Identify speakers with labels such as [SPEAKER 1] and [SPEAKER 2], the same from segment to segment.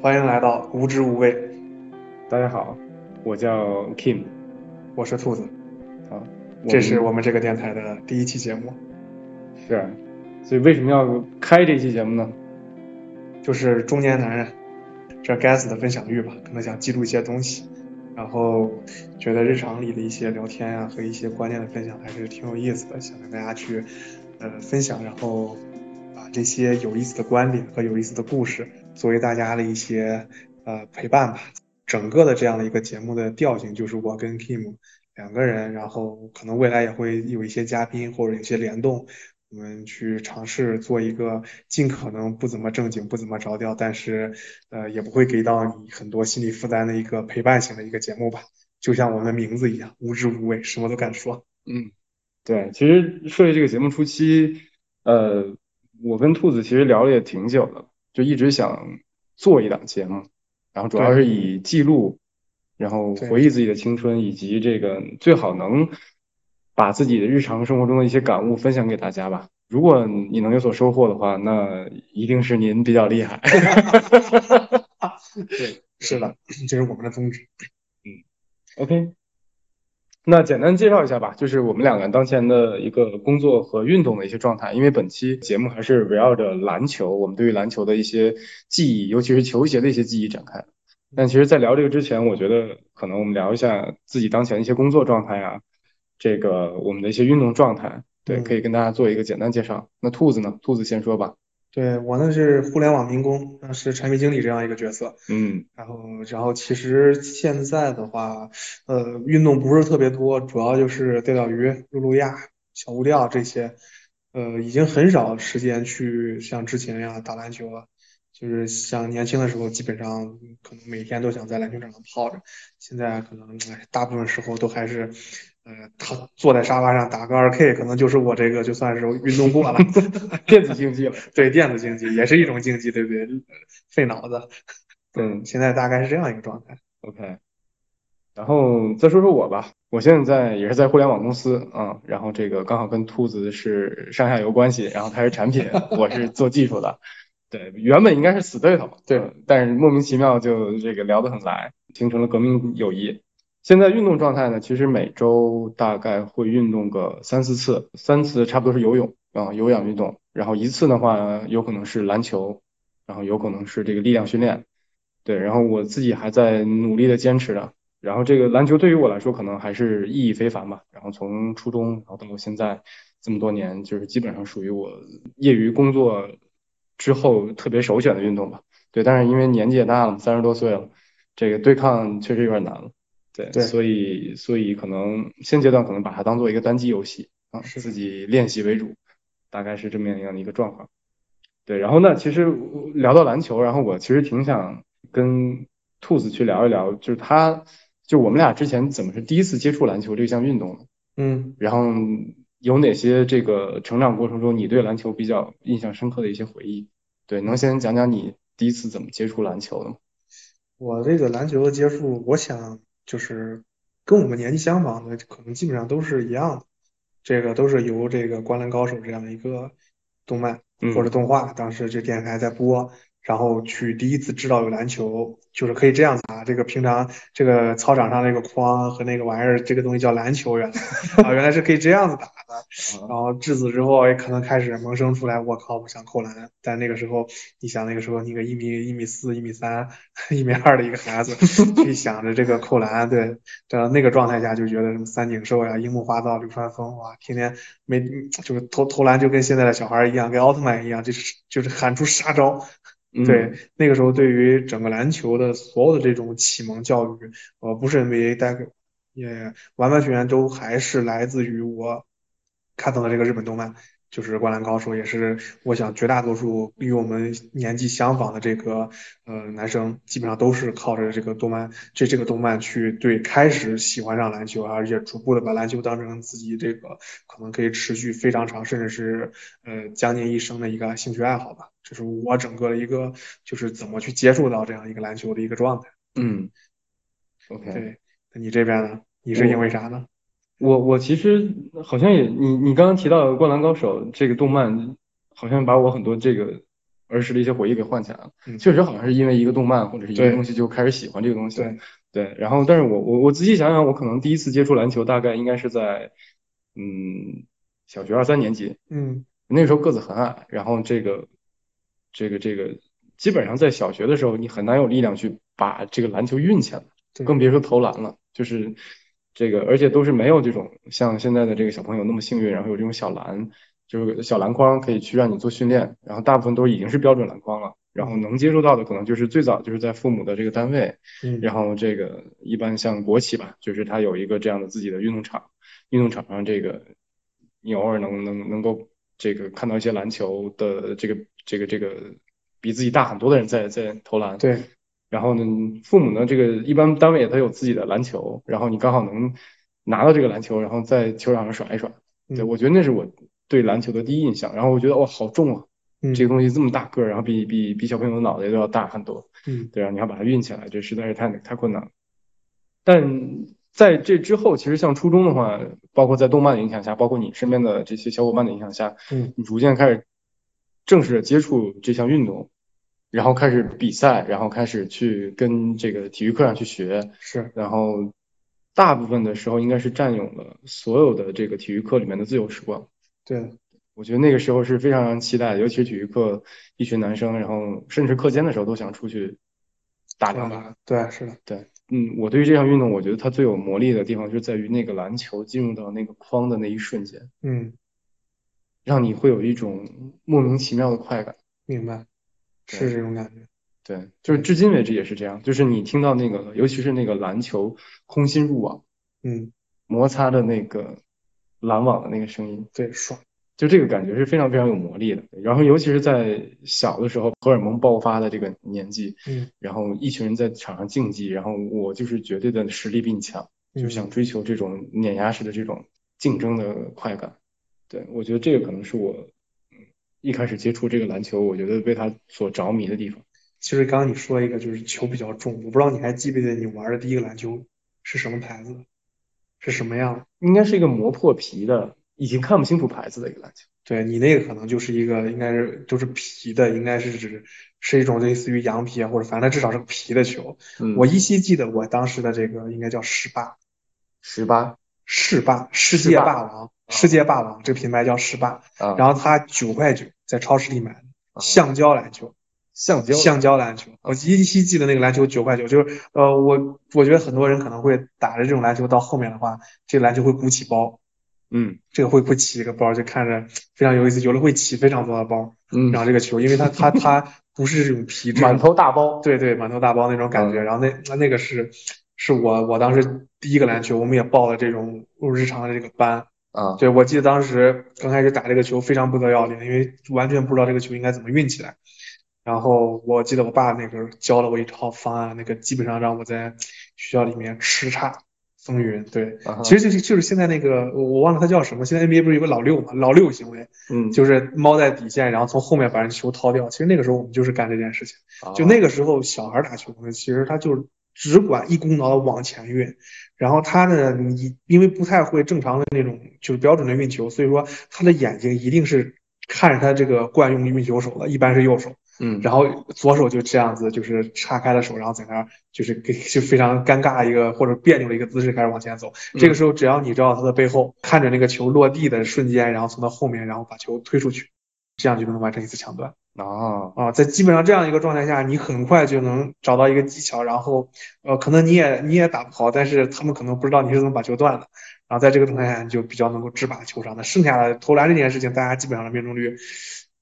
[SPEAKER 1] 欢迎来到无知无畏，
[SPEAKER 2] 大家好，我叫 Kim，
[SPEAKER 1] 我是兔子，
[SPEAKER 2] 啊，我
[SPEAKER 1] 这是
[SPEAKER 2] 们
[SPEAKER 1] 我们这个电台的第一期节目。
[SPEAKER 2] 是啊，所以为什么要开这期节目呢？
[SPEAKER 1] 就是中年男人这该死的分享欲吧，可能想记录一些东西，然后觉得日常里的一些聊天啊和一些观念的分享还是挺有意思的，想跟大家去呃分享，然后把这些有意思的观点和有意思的故事作为大家的一些呃陪伴吧。整个的这样的一个节目的调性就是我跟 Kim 两个人，然后可能未来也会有一些嘉宾或者有一些联动，我们去尝试做一个尽可能不怎么正经、不怎么着调，但是呃也不会给到你很多心理负担的一个陪伴型的一个节目吧。就像我们的名字一样，无知无畏，什么都敢说。
[SPEAKER 2] 嗯，对，其实设计这个节目初期，呃，我跟兔子其实聊了也挺久的，就一直想做一档节目，然后主要
[SPEAKER 1] 对
[SPEAKER 2] 是以记录，然后
[SPEAKER 1] 对
[SPEAKER 2] 回忆自己的青春，以及这个最好能把自己的日常生活中的一些感悟分享给大家吧。如果你能有所收获的话，那一定是您比较厉害。对，
[SPEAKER 1] 是的， 这是我们的宗旨。
[SPEAKER 2] OK，那简单介绍一下吧，就是我们两个人当前的一个工作和运动的一些状态。因为本期节目还是围绕着篮球，我们对于篮球的一些记忆，尤其是球鞋的一些记忆展开。但其实，在聊这个之前，我觉得可能我们聊一下自己当前的一些工作状态啊，这个我们的一些运动状态，对，
[SPEAKER 1] 嗯
[SPEAKER 2] 可以跟大家做一个简单介绍。那兔子呢？兔子先说吧。
[SPEAKER 1] 对，我呢是互联网民工，当时产品经理这样一个角色。
[SPEAKER 2] 嗯
[SPEAKER 1] 然后，然后其实现在的话，呃，运动不是特别多，主要就是钓钓鱼、露露亚、小物料这些，呃，已经很少时间去像之前那样打篮球了。就是像年轻的时候，基本上可能每天都想在篮球场上泡着，现在可能，哎，大部分时候都还是，呃，躺坐在沙发上打个二 K，可能就是我这个就算是运动过了。
[SPEAKER 2] 电子竞技了。
[SPEAKER 1] 对，电子竞技也是一种竞技，对不对？费脑子。
[SPEAKER 2] 嗯
[SPEAKER 1] 现在大概是这样一个状态。
[SPEAKER 2] OK，然后再说说我吧，我现在也是在互联网公司啊，然后这个刚好跟兔子是上下游关系，然后他是产品，我是做技术的，对，原本应该是死对头，
[SPEAKER 1] 对
[SPEAKER 2] 呃但是莫名其妙就这个聊得很来，形成了革命友谊。现在运动状态呢，其实每周大概会运动个三四次，三次差不多是游泳啊，有氧运动，然后一次的话有可能是篮球，然后有可能是这个力量训练。对，然后我自己还在努力的坚持着。然后这个篮球对于我来说，可能还是意义非凡吧。然后从初中，然后到现在这么多年，就是基本上属于我业余工作之后特别首选的运动吧。对，但是因为年纪也大了，三十多岁了，这个对抗确实有点难了。对，
[SPEAKER 1] 对
[SPEAKER 2] 所以所以可能现阶段可能把它当做一个单机游戏啊，
[SPEAKER 1] 是
[SPEAKER 2] 自己练习为主，大概是这么样一个状况。对，然后呢，其实我聊到篮球，然后我其实挺想跟兔子去聊一聊，就是他，就我们俩之前怎么是第一次接触篮球这项运动的，
[SPEAKER 1] 嗯，
[SPEAKER 2] 然后有哪些这个成长过程中你对篮球比较印象深刻的一些回忆？对，能先讲讲你第一次怎么接触篮球的吗？
[SPEAKER 1] 我这个篮球的接触，我想就是跟我们年纪相仿的，可能基本上都是一样的。这个都是由这个《灌篮高手》这样一个动漫
[SPEAKER 2] 嗯
[SPEAKER 1] 或者动画，当时这电视台在播，然后去第一次知道有篮球，就是可以这样打。这个平常这个操场上那个框和那个玩意儿，这个东西叫篮球，原来 啊，原来是可以这样子打的。然后质子之后也可能开始萌生出来，我靠，我想扣篮。但那个时候，你想那个时候那个一米一米四、一米三、 一米二的一个孩子，去想着这个扣篮，对，这样那个状态下就觉得什么三井寿呀、樱木花道、流川枫哇，天天没就是投投篮就跟现在的小孩儿一样，跟奥特曼一样，就是就是喊出杀招。
[SPEAKER 2] 嗯，
[SPEAKER 1] 对，那个时候对于整个篮球的所有的这种启蒙教育，呃，不是 NBA 带给，也完完全全都还是来自于我看到的这个日本动漫，就是《灌篮高手》，也是我想绝大多数与我们年纪相仿的这个呃男生，基本上都是靠着这个动漫，这这个动漫去对开始喜欢上篮球，而且逐步的把篮球当成自己这个可能可以持续非常长，甚至是呃将近一生的一个兴趣爱好吧。这是我整个的一个就是怎么去接触到这样一个篮球的一个状态。
[SPEAKER 2] 嗯，OK。
[SPEAKER 1] 对，那你这边呢？你是因为啥呢？
[SPEAKER 2] 我我其实好像也，你你刚刚提到《灌篮高手》这个动漫，好像把我很多这个儿时的一些回忆给唤起来了。
[SPEAKER 1] 嗯
[SPEAKER 2] 确实好像是因为一个动漫或者是一个
[SPEAKER 1] 对
[SPEAKER 2] 东西就开始喜欢这个东西了。
[SPEAKER 1] 对
[SPEAKER 2] 对，然后但是我我我仔细想想，我可能第一次接触篮球大概应该是在嗯小学二三年级，
[SPEAKER 1] 嗯
[SPEAKER 2] 那个时候个子很矮，然后这个这个这个基本上在小学的时候你很难有力量去把这个篮球运起来，
[SPEAKER 1] 对
[SPEAKER 2] 更别说投篮了，就是。这个，而且都是没有这种像现在的这个小朋友那么幸运，然后有这种小篮，就是小篮筐可以去让你做训练，然后大部分都已经是标准篮筐了，然后能接触到的可能就是最早就是在父母的这个单位，
[SPEAKER 1] 嗯
[SPEAKER 2] 然后这个一般像国企吧，就是它有一个这样的自己的运动场，运动场上这个你偶尔能能能够这个看到一些篮球的这个这个这个比自己大很多的人在在投篮，
[SPEAKER 1] 对
[SPEAKER 2] 然后呢，父母呢，这个一般单位他有自己的篮球，然后你刚好能拿到这个篮球，然后在球场上耍一耍。对，
[SPEAKER 1] 嗯
[SPEAKER 2] 我觉得那是我对篮球的第一印象。然后我觉得哇、好重啊，
[SPEAKER 1] 嗯
[SPEAKER 2] 这个东西这么大个儿，然后比比比小朋友的脑袋都要大很多。
[SPEAKER 1] 嗯
[SPEAKER 2] 对啊，你要把它运起来，这实在是太太困难了。但在这之后，其实像初中的话，包括在动漫的影响下，包括你身边的这些小伙伴的影响下，
[SPEAKER 1] 嗯
[SPEAKER 2] 你逐渐开始正式地接触这项运动，然后开始比赛，然后开始去跟这个体育课上去学，
[SPEAKER 1] 是
[SPEAKER 2] 然后大部分的时候应该是占用了所有的这个体育课里面的自由时光。
[SPEAKER 1] 对的
[SPEAKER 2] 我觉得那个时候是非常让人期待的，尤其是体育课，一群男生，然后甚至课间的时候都想出去打两把。
[SPEAKER 1] 对啊是的
[SPEAKER 2] 对，嗯，我对于这项运动，我觉得它最有魔力的地方就在于那个篮球进入到那个框的那一瞬间，
[SPEAKER 1] 嗯
[SPEAKER 2] 让你会有一种莫名其妙的快感。
[SPEAKER 1] 明白
[SPEAKER 2] 对
[SPEAKER 1] 是这种感觉
[SPEAKER 2] 对，就是至今为止也是这样，就是你听到那个，尤其是那个篮球空心入网
[SPEAKER 1] 嗯
[SPEAKER 2] 摩擦的那个拦网的那个声音，
[SPEAKER 1] 对爽
[SPEAKER 2] 就这个感觉是非常非常有魔力的。然后尤其是在小的时候，荷尔蒙爆发的这个年纪，
[SPEAKER 1] 嗯
[SPEAKER 2] 然后一群人在场上竞技，然后我就是绝对的实力比你强，就
[SPEAKER 1] 嗯
[SPEAKER 2] 想追求这种碾压式的这种竞争的快感。对，我觉得这个可能是我嗯一开始接触这个篮球，我觉得被它所着迷的地方。
[SPEAKER 1] 其实刚刚你说一个就是球比较重我不知道你还记不记得你玩的第一个篮球是什么牌子的是什么样的
[SPEAKER 2] 应该是一个磨破皮的，已经看不清楚牌子的一个篮球。
[SPEAKER 1] 对你那个可能就是一个，应该是就是皮的，应该是指是一种类似于羊皮啊，或者反正至少是个皮的球。
[SPEAKER 2] 嗯
[SPEAKER 1] 我依稀记得我当时的这个应该叫世霸，
[SPEAKER 2] 十八
[SPEAKER 1] 世霸，世
[SPEAKER 2] 世
[SPEAKER 1] 界
[SPEAKER 2] 霸
[SPEAKER 1] 霸王，世界霸王这个品牌叫世霸，
[SPEAKER 2] 啊，
[SPEAKER 1] 然后它九块九在超市里买的，
[SPEAKER 2] 啊
[SPEAKER 1] 橡胶篮球，
[SPEAKER 2] 橡胶啊
[SPEAKER 1] 橡胶篮球，我依稀记得那个篮球九块九，就是呃，我我觉得很多人可能会打着这种篮球到后面的话，这篮球会鼓起包，
[SPEAKER 2] 嗯
[SPEAKER 1] 这个会会起一个包，就看着非常有意思，有的会起非常多的包。
[SPEAKER 2] 嗯
[SPEAKER 1] 然后这个球，因为它它它不是这种皮质，
[SPEAKER 2] 满头大包，
[SPEAKER 1] 对对满头大包那种感觉。
[SPEAKER 2] 嗯
[SPEAKER 1] 然后那那那个是是我我当时第一个篮球，我们也报了这种日常的这个班。
[SPEAKER 2] 啊，
[SPEAKER 1] 对，我记得当时刚开始打这个球非常不得要领，因为完全不知道这个球应该怎么运起来。然后我记得我爸那个教了我一套方案，那个基本上让我在学校里面叱咤风云。对，
[SPEAKER 2] 啊哈
[SPEAKER 1] 其实就是就是现在那个我我忘了他叫什么，现在 NBA 不是有个老六嘛，老六行为。
[SPEAKER 2] 嗯
[SPEAKER 1] 就是猫在底线，然后从后面把人球掏掉。其实那个时候我们就是干这件事情。
[SPEAKER 2] 哦啊
[SPEAKER 1] 就那个时候小孩打球呢，其实他就只管一股脑的往前运，然后他呢，你因为不太会正常的那种就是标准的运球，所以说他的眼睛一定是看着他这个惯用的运球手的，一般是右手。
[SPEAKER 2] 嗯，
[SPEAKER 1] 然后左手就这样子，就是叉开了手，然后在那儿就是给就非常尴尬一个或者别扭的一个姿势开始往前走。这个时候，只要你知道他的背后，看着那个球落地的瞬间，然后从他后面，然后把球推出去，这样就能完成一次抢断
[SPEAKER 2] 啊，
[SPEAKER 1] 啊。在基本上这样一个状态下，你很快就能找到一个技巧，然后呃，可能你也你也打不好，但是他们可能不知道你是怎么把球断的。然后在这个状态下，你就比较能够制霸球场。那剩下的投篮这件事情，大家基本上的命中率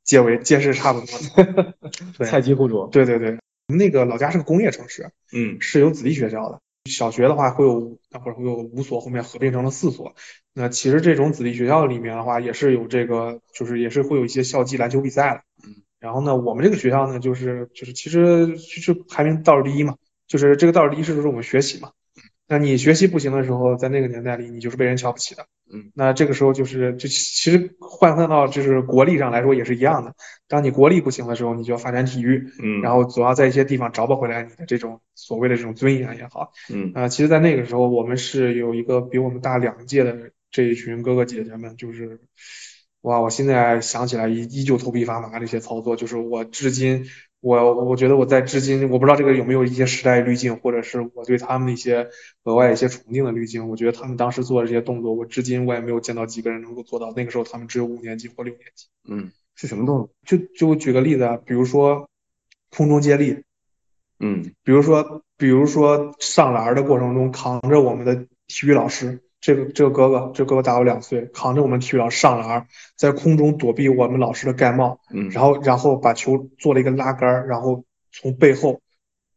[SPEAKER 1] 皆为皆是差不多的。 对。
[SPEAKER 2] 菜鸡互啄，
[SPEAKER 1] 对对对，我们那个老家是个工业城市，
[SPEAKER 2] 嗯
[SPEAKER 1] 是有子弟学校的。小学的话会有，那会儿会有五所，后面合并成了四所。那其实这种子弟学校里面的话，也是有这个，就是也是会有一些校际篮球比赛的。
[SPEAKER 2] 嗯。
[SPEAKER 1] 然后呢，我们这个学校呢，就是就是其实就是排名倒数第一嘛，就是这个倒数第一是就是我们学习嘛。
[SPEAKER 2] 嗯
[SPEAKER 1] 那你学习不行的时候，在那个年代里，你就是被人瞧不起的。
[SPEAKER 2] 嗯。
[SPEAKER 1] 那这个时候就是，就其实换算到就是国力上来说也是一样的。当你国力不行的时候，你就要发展体育。
[SPEAKER 2] 嗯，
[SPEAKER 1] 然后总要在一些地方找补回来你的这种所谓的这种尊严也好。
[SPEAKER 2] 嗯
[SPEAKER 1] 啊、其实，在那个时候，我们是有一个比我们大两届的这一群哥哥姐姐们，就是哇，我现在想起来依依旧头皮发麻这些操作，就是我至今，我我觉得我在至今，我不知道这个有没有一些时代滤镜，或者是我对他们的一些额外一些崇敬的滤镜。我觉得他们当时做的这些动作，我至今我也没有见到几个人能够做到。那个时候他们只有五年级或六年级。
[SPEAKER 2] 嗯，是什么动作？
[SPEAKER 1] 就就举个例子啊，比如说空中接力，
[SPEAKER 2] 嗯
[SPEAKER 1] 比如说比如说上篮儿的过程中扛着我们的体育老师。这个这个哥哥，这个哥哥大我两岁，扛着我们体育老师上篮儿，在空中躲避我们老师的盖帽，
[SPEAKER 2] 嗯，
[SPEAKER 1] 然后然后把球做了一个拉杆儿，然后从背后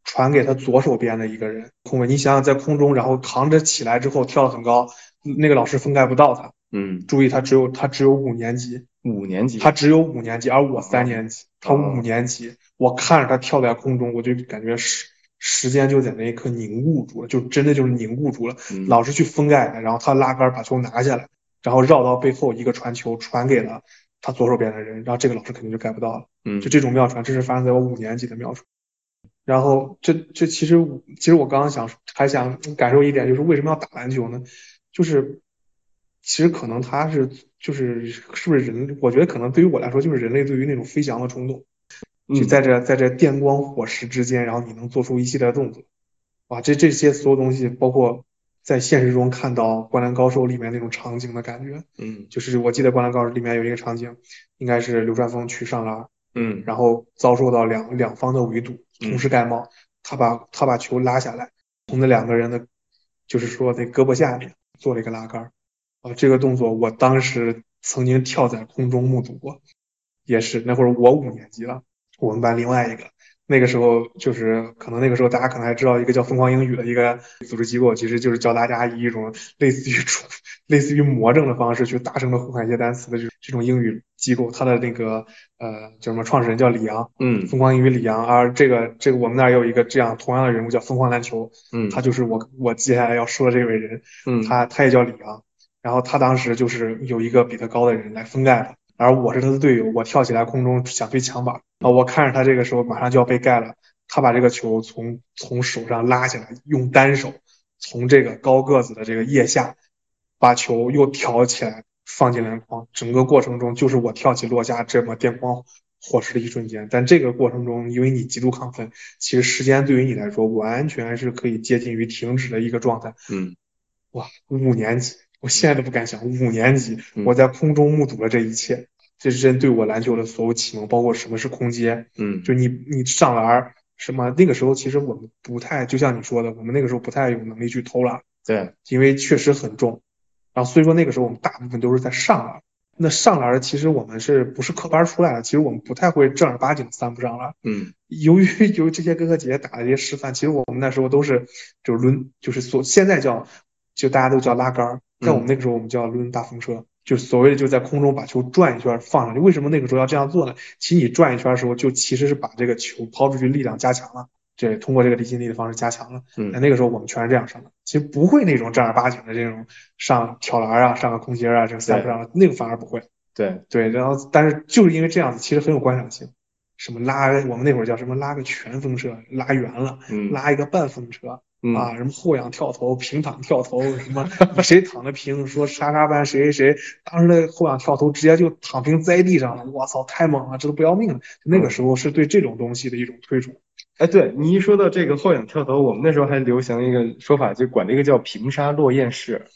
[SPEAKER 1] 传给他左手边的一个人空位。你想想，在空中，然后扛着起来之后跳得很高，那个老师封盖不到他。
[SPEAKER 2] 嗯，
[SPEAKER 1] 注意，他只有他只有五年级，
[SPEAKER 2] 五年级，
[SPEAKER 1] 他只有五年级，而我三年级，他
[SPEAKER 2] 哦
[SPEAKER 1] 五年级。我看着他跳在空中，我就感觉时时间就在那一刻凝固住了，就真的就是凝固住了。
[SPEAKER 2] 嗯
[SPEAKER 1] 老师去封盖他，然后他拉杆儿把球拿下来，然后绕到背后一个传球传给了他左手边的人，然后这个老师肯定就盖不到了。
[SPEAKER 2] 嗯
[SPEAKER 1] 就这种妙传，这是发生在我五年级的妙传。然后这这其实我其实我刚刚想还想感受一点，就是为什么要打篮球呢？就是其实可能他是就是是不是人？我觉得可能对于我来说，就是人类对于那种飞翔的冲动，就
[SPEAKER 2] 嗯
[SPEAKER 1] 在这在这电光火石之间，然后你能做出一系列动作。哇，这这些所有东西，包括在现实中看到《灌篮高手》里面那种场景的感觉，
[SPEAKER 2] 嗯
[SPEAKER 1] 就是我记得《灌篮高手》里面有一个场景，应该是流川枫去上篮，
[SPEAKER 2] 嗯
[SPEAKER 1] 然后遭受到两两方的围堵，
[SPEAKER 2] 嗯
[SPEAKER 1] 同时盖帽，他把他把球拉下来，从那两个人的，就是说那胳膊下面做了一个拉杆儿，啊，这个动作我当时曾经跳在空中目睹过，也是那会儿我五年级了，我们班另外一个。那个时候就是可能那个时候大家可能还知道一个叫疯狂英语的一个组织机构，其实就是教大家以一种类似于出类似于魔怔的方式去大声的呼喊一些单词的这种这种英语机构，它的那个呃叫什么创始人叫李阳，
[SPEAKER 2] 嗯
[SPEAKER 1] 疯狂英语李阳，而这个这个我们那儿也有一个这样同样的人物叫疯狂篮球，
[SPEAKER 2] 嗯，
[SPEAKER 1] 他就是我我接下来要说的这位人，
[SPEAKER 2] 嗯
[SPEAKER 1] 他他也叫李阳，然后他当时就是有一个比他高的人来封盖他，而我是他的队友，我跳起来空中想去抢板，啊，我看着他这个时候马上就要被盖了，他把这个球从从手上拉起来，用单手从这个高个子的这个腋下把球又挑起来放进篮筐，整个过程中就是我跳起落下这么电光。火石的一瞬间，但这个过程中，因为你极度亢奋，其实时间对于你来说完全是可以接近于停止的一个状态。
[SPEAKER 2] 嗯
[SPEAKER 1] 哇，五年级，我现在都不敢想，五年级
[SPEAKER 2] 嗯
[SPEAKER 1] 我在空中目睹了这一切，这是真对我篮球的所有启蒙，包括什么是空接，
[SPEAKER 2] 嗯
[SPEAKER 1] 就你你上篮儿什么，那个时候其实我们不太，就像你说的，我们那个时候不太有能力去投篮，
[SPEAKER 2] 对
[SPEAKER 1] 因为确实很重，然后所以说那个时候我们大部分都是在上篮儿。那上篮儿其实我们是不是科班儿出来的？其实我们不太会正儿八经地三步上篮儿，
[SPEAKER 2] 嗯
[SPEAKER 1] 由于由于这些哥哥姐姐打的这些示范，其实我们那时候都是就是抡，就是所现在叫就大家都叫拉杆儿，在我们那个时候我们叫抡大风车，就所谓的就在空中把球转一圈儿放上去。为什么那个时候要这样做呢？其实你转一圈儿的时候，就其实是把这个球抛出去力量加强了，对，通过这个离心力的方式加强了。
[SPEAKER 2] 嗯
[SPEAKER 1] 那那个时候我们全是这样上的，其实不会那种正儿八经的这种上挑篮儿啊、上个空接啊、这个三步上篮，那个反而不会。
[SPEAKER 2] 对
[SPEAKER 1] 对，然后但是就是因为这样子，其实很有观赏性。什么拉，我们那会儿叫什么拉个全风车，拉圆了，
[SPEAKER 2] 嗯
[SPEAKER 1] 拉一个半风车、
[SPEAKER 2] 嗯
[SPEAKER 1] 啊，什么后仰跳投、平躺跳投，什么谁躺着平，说莎莎班谁谁谁，当时的后仰跳投直接就躺平栽地上了，我操，太猛了，这都不要命了。那个时候是对这种东西的一种推崇。
[SPEAKER 2] 哎，对你一说到这个后仰跳投，我们那时候还流行一个说法，就管这个叫平沙落雁式。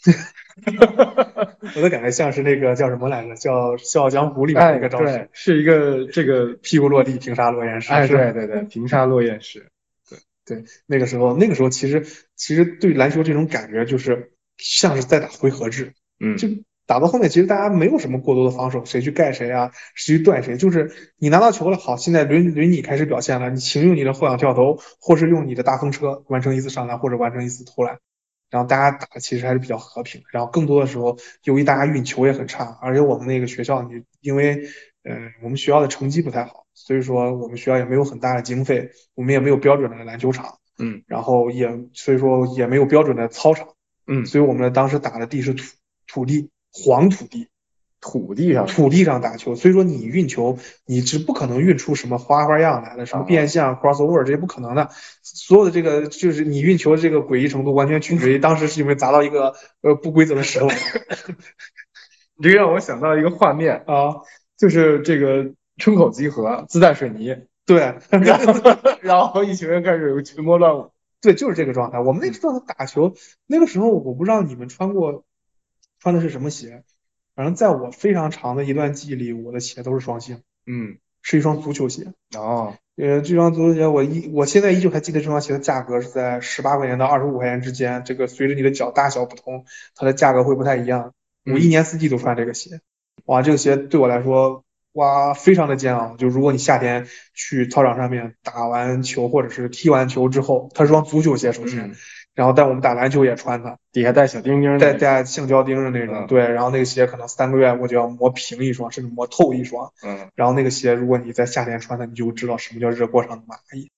[SPEAKER 1] 我都感觉像是那个叫什么来着，叫《笑傲江湖》里面
[SPEAKER 2] 哎，
[SPEAKER 1] 那个招式，
[SPEAKER 2] 对，是一个这个，
[SPEAKER 1] 屁股落地平沙落雁式。
[SPEAKER 2] 哎，
[SPEAKER 1] 是吧
[SPEAKER 2] 对对对，平沙落雁式。
[SPEAKER 1] 对，那个时候，那个时候其实其实对篮球这种感觉就是像是在打回合制，
[SPEAKER 2] 嗯
[SPEAKER 1] 就打到后面，其实大家没有什么过多的防守，谁去盖谁啊，谁去断谁，就是你拿到球了，好，现在轮轮你开始表现了，你请用你的后仰跳投，或是用你的大风车完成一次上篮，或者完成一次投篮。然后大家打的其实还是比较和平的，然后更多的时候，由于大家运球也很差，而且我们那个学校，你因为呃我们学校的成绩不太好，所以说我们学校也没有很大的经费，我们也没有标准的篮球场，
[SPEAKER 2] 嗯
[SPEAKER 1] 然后也所以说也没有标准的操场，
[SPEAKER 2] 嗯，
[SPEAKER 1] 所以我们当时打的地是土土地黄土地
[SPEAKER 2] 土地上
[SPEAKER 1] 土地上打球，所以说你运球你是不可能运出什么花花样来的，什么变向、crossover 这些不可能的。所有的这个就是你运球的这个诡异程度，完全取决于当时是因为砸到一个呃不规则的石头，
[SPEAKER 2] 你这个让我想到一个画面，
[SPEAKER 1] 啊，
[SPEAKER 2] 就是这个村口集合，自带水泥，
[SPEAKER 1] 对
[SPEAKER 2] 然 后然后一群人开始群魔乱舞，
[SPEAKER 1] 对，就是这个状态。我们那个状态打球，那个时候我不知道你们穿过穿的是什么鞋，反正在我非常长的一段记忆里，我的鞋都是双星，
[SPEAKER 2] 嗯，
[SPEAKER 1] 是一双足球鞋。
[SPEAKER 2] 哦，
[SPEAKER 1] 呃，这双足球鞋我一我现在依旧还记得这双鞋的价格是在十八块钱到二十五块钱之间，这个随着你的脚大小不同，它的价格会不太一样。我
[SPEAKER 2] 嗯
[SPEAKER 1] 一年四季都穿这个鞋，哇，这个鞋对我来说，哇，非常的煎熬。就如果你夏天去操场上面打完球或者是踢完球之后，它是双足球鞋，首先，
[SPEAKER 2] 嗯，
[SPEAKER 1] 然后但我们打篮球也穿它，
[SPEAKER 2] 底下带小钉钉的，
[SPEAKER 1] 带带橡胶钉的那种，
[SPEAKER 2] 嗯
[SPEAKER 1] 对，然后那个鞋可能三个月我就要磨平一双，甚至磨透一双。
[SPEAKER 2] 嗯，
[SPEAKER 1] 然后那个鞋，如果你在夏天穿它，你就知道什么叫热锅上的蚂蚁。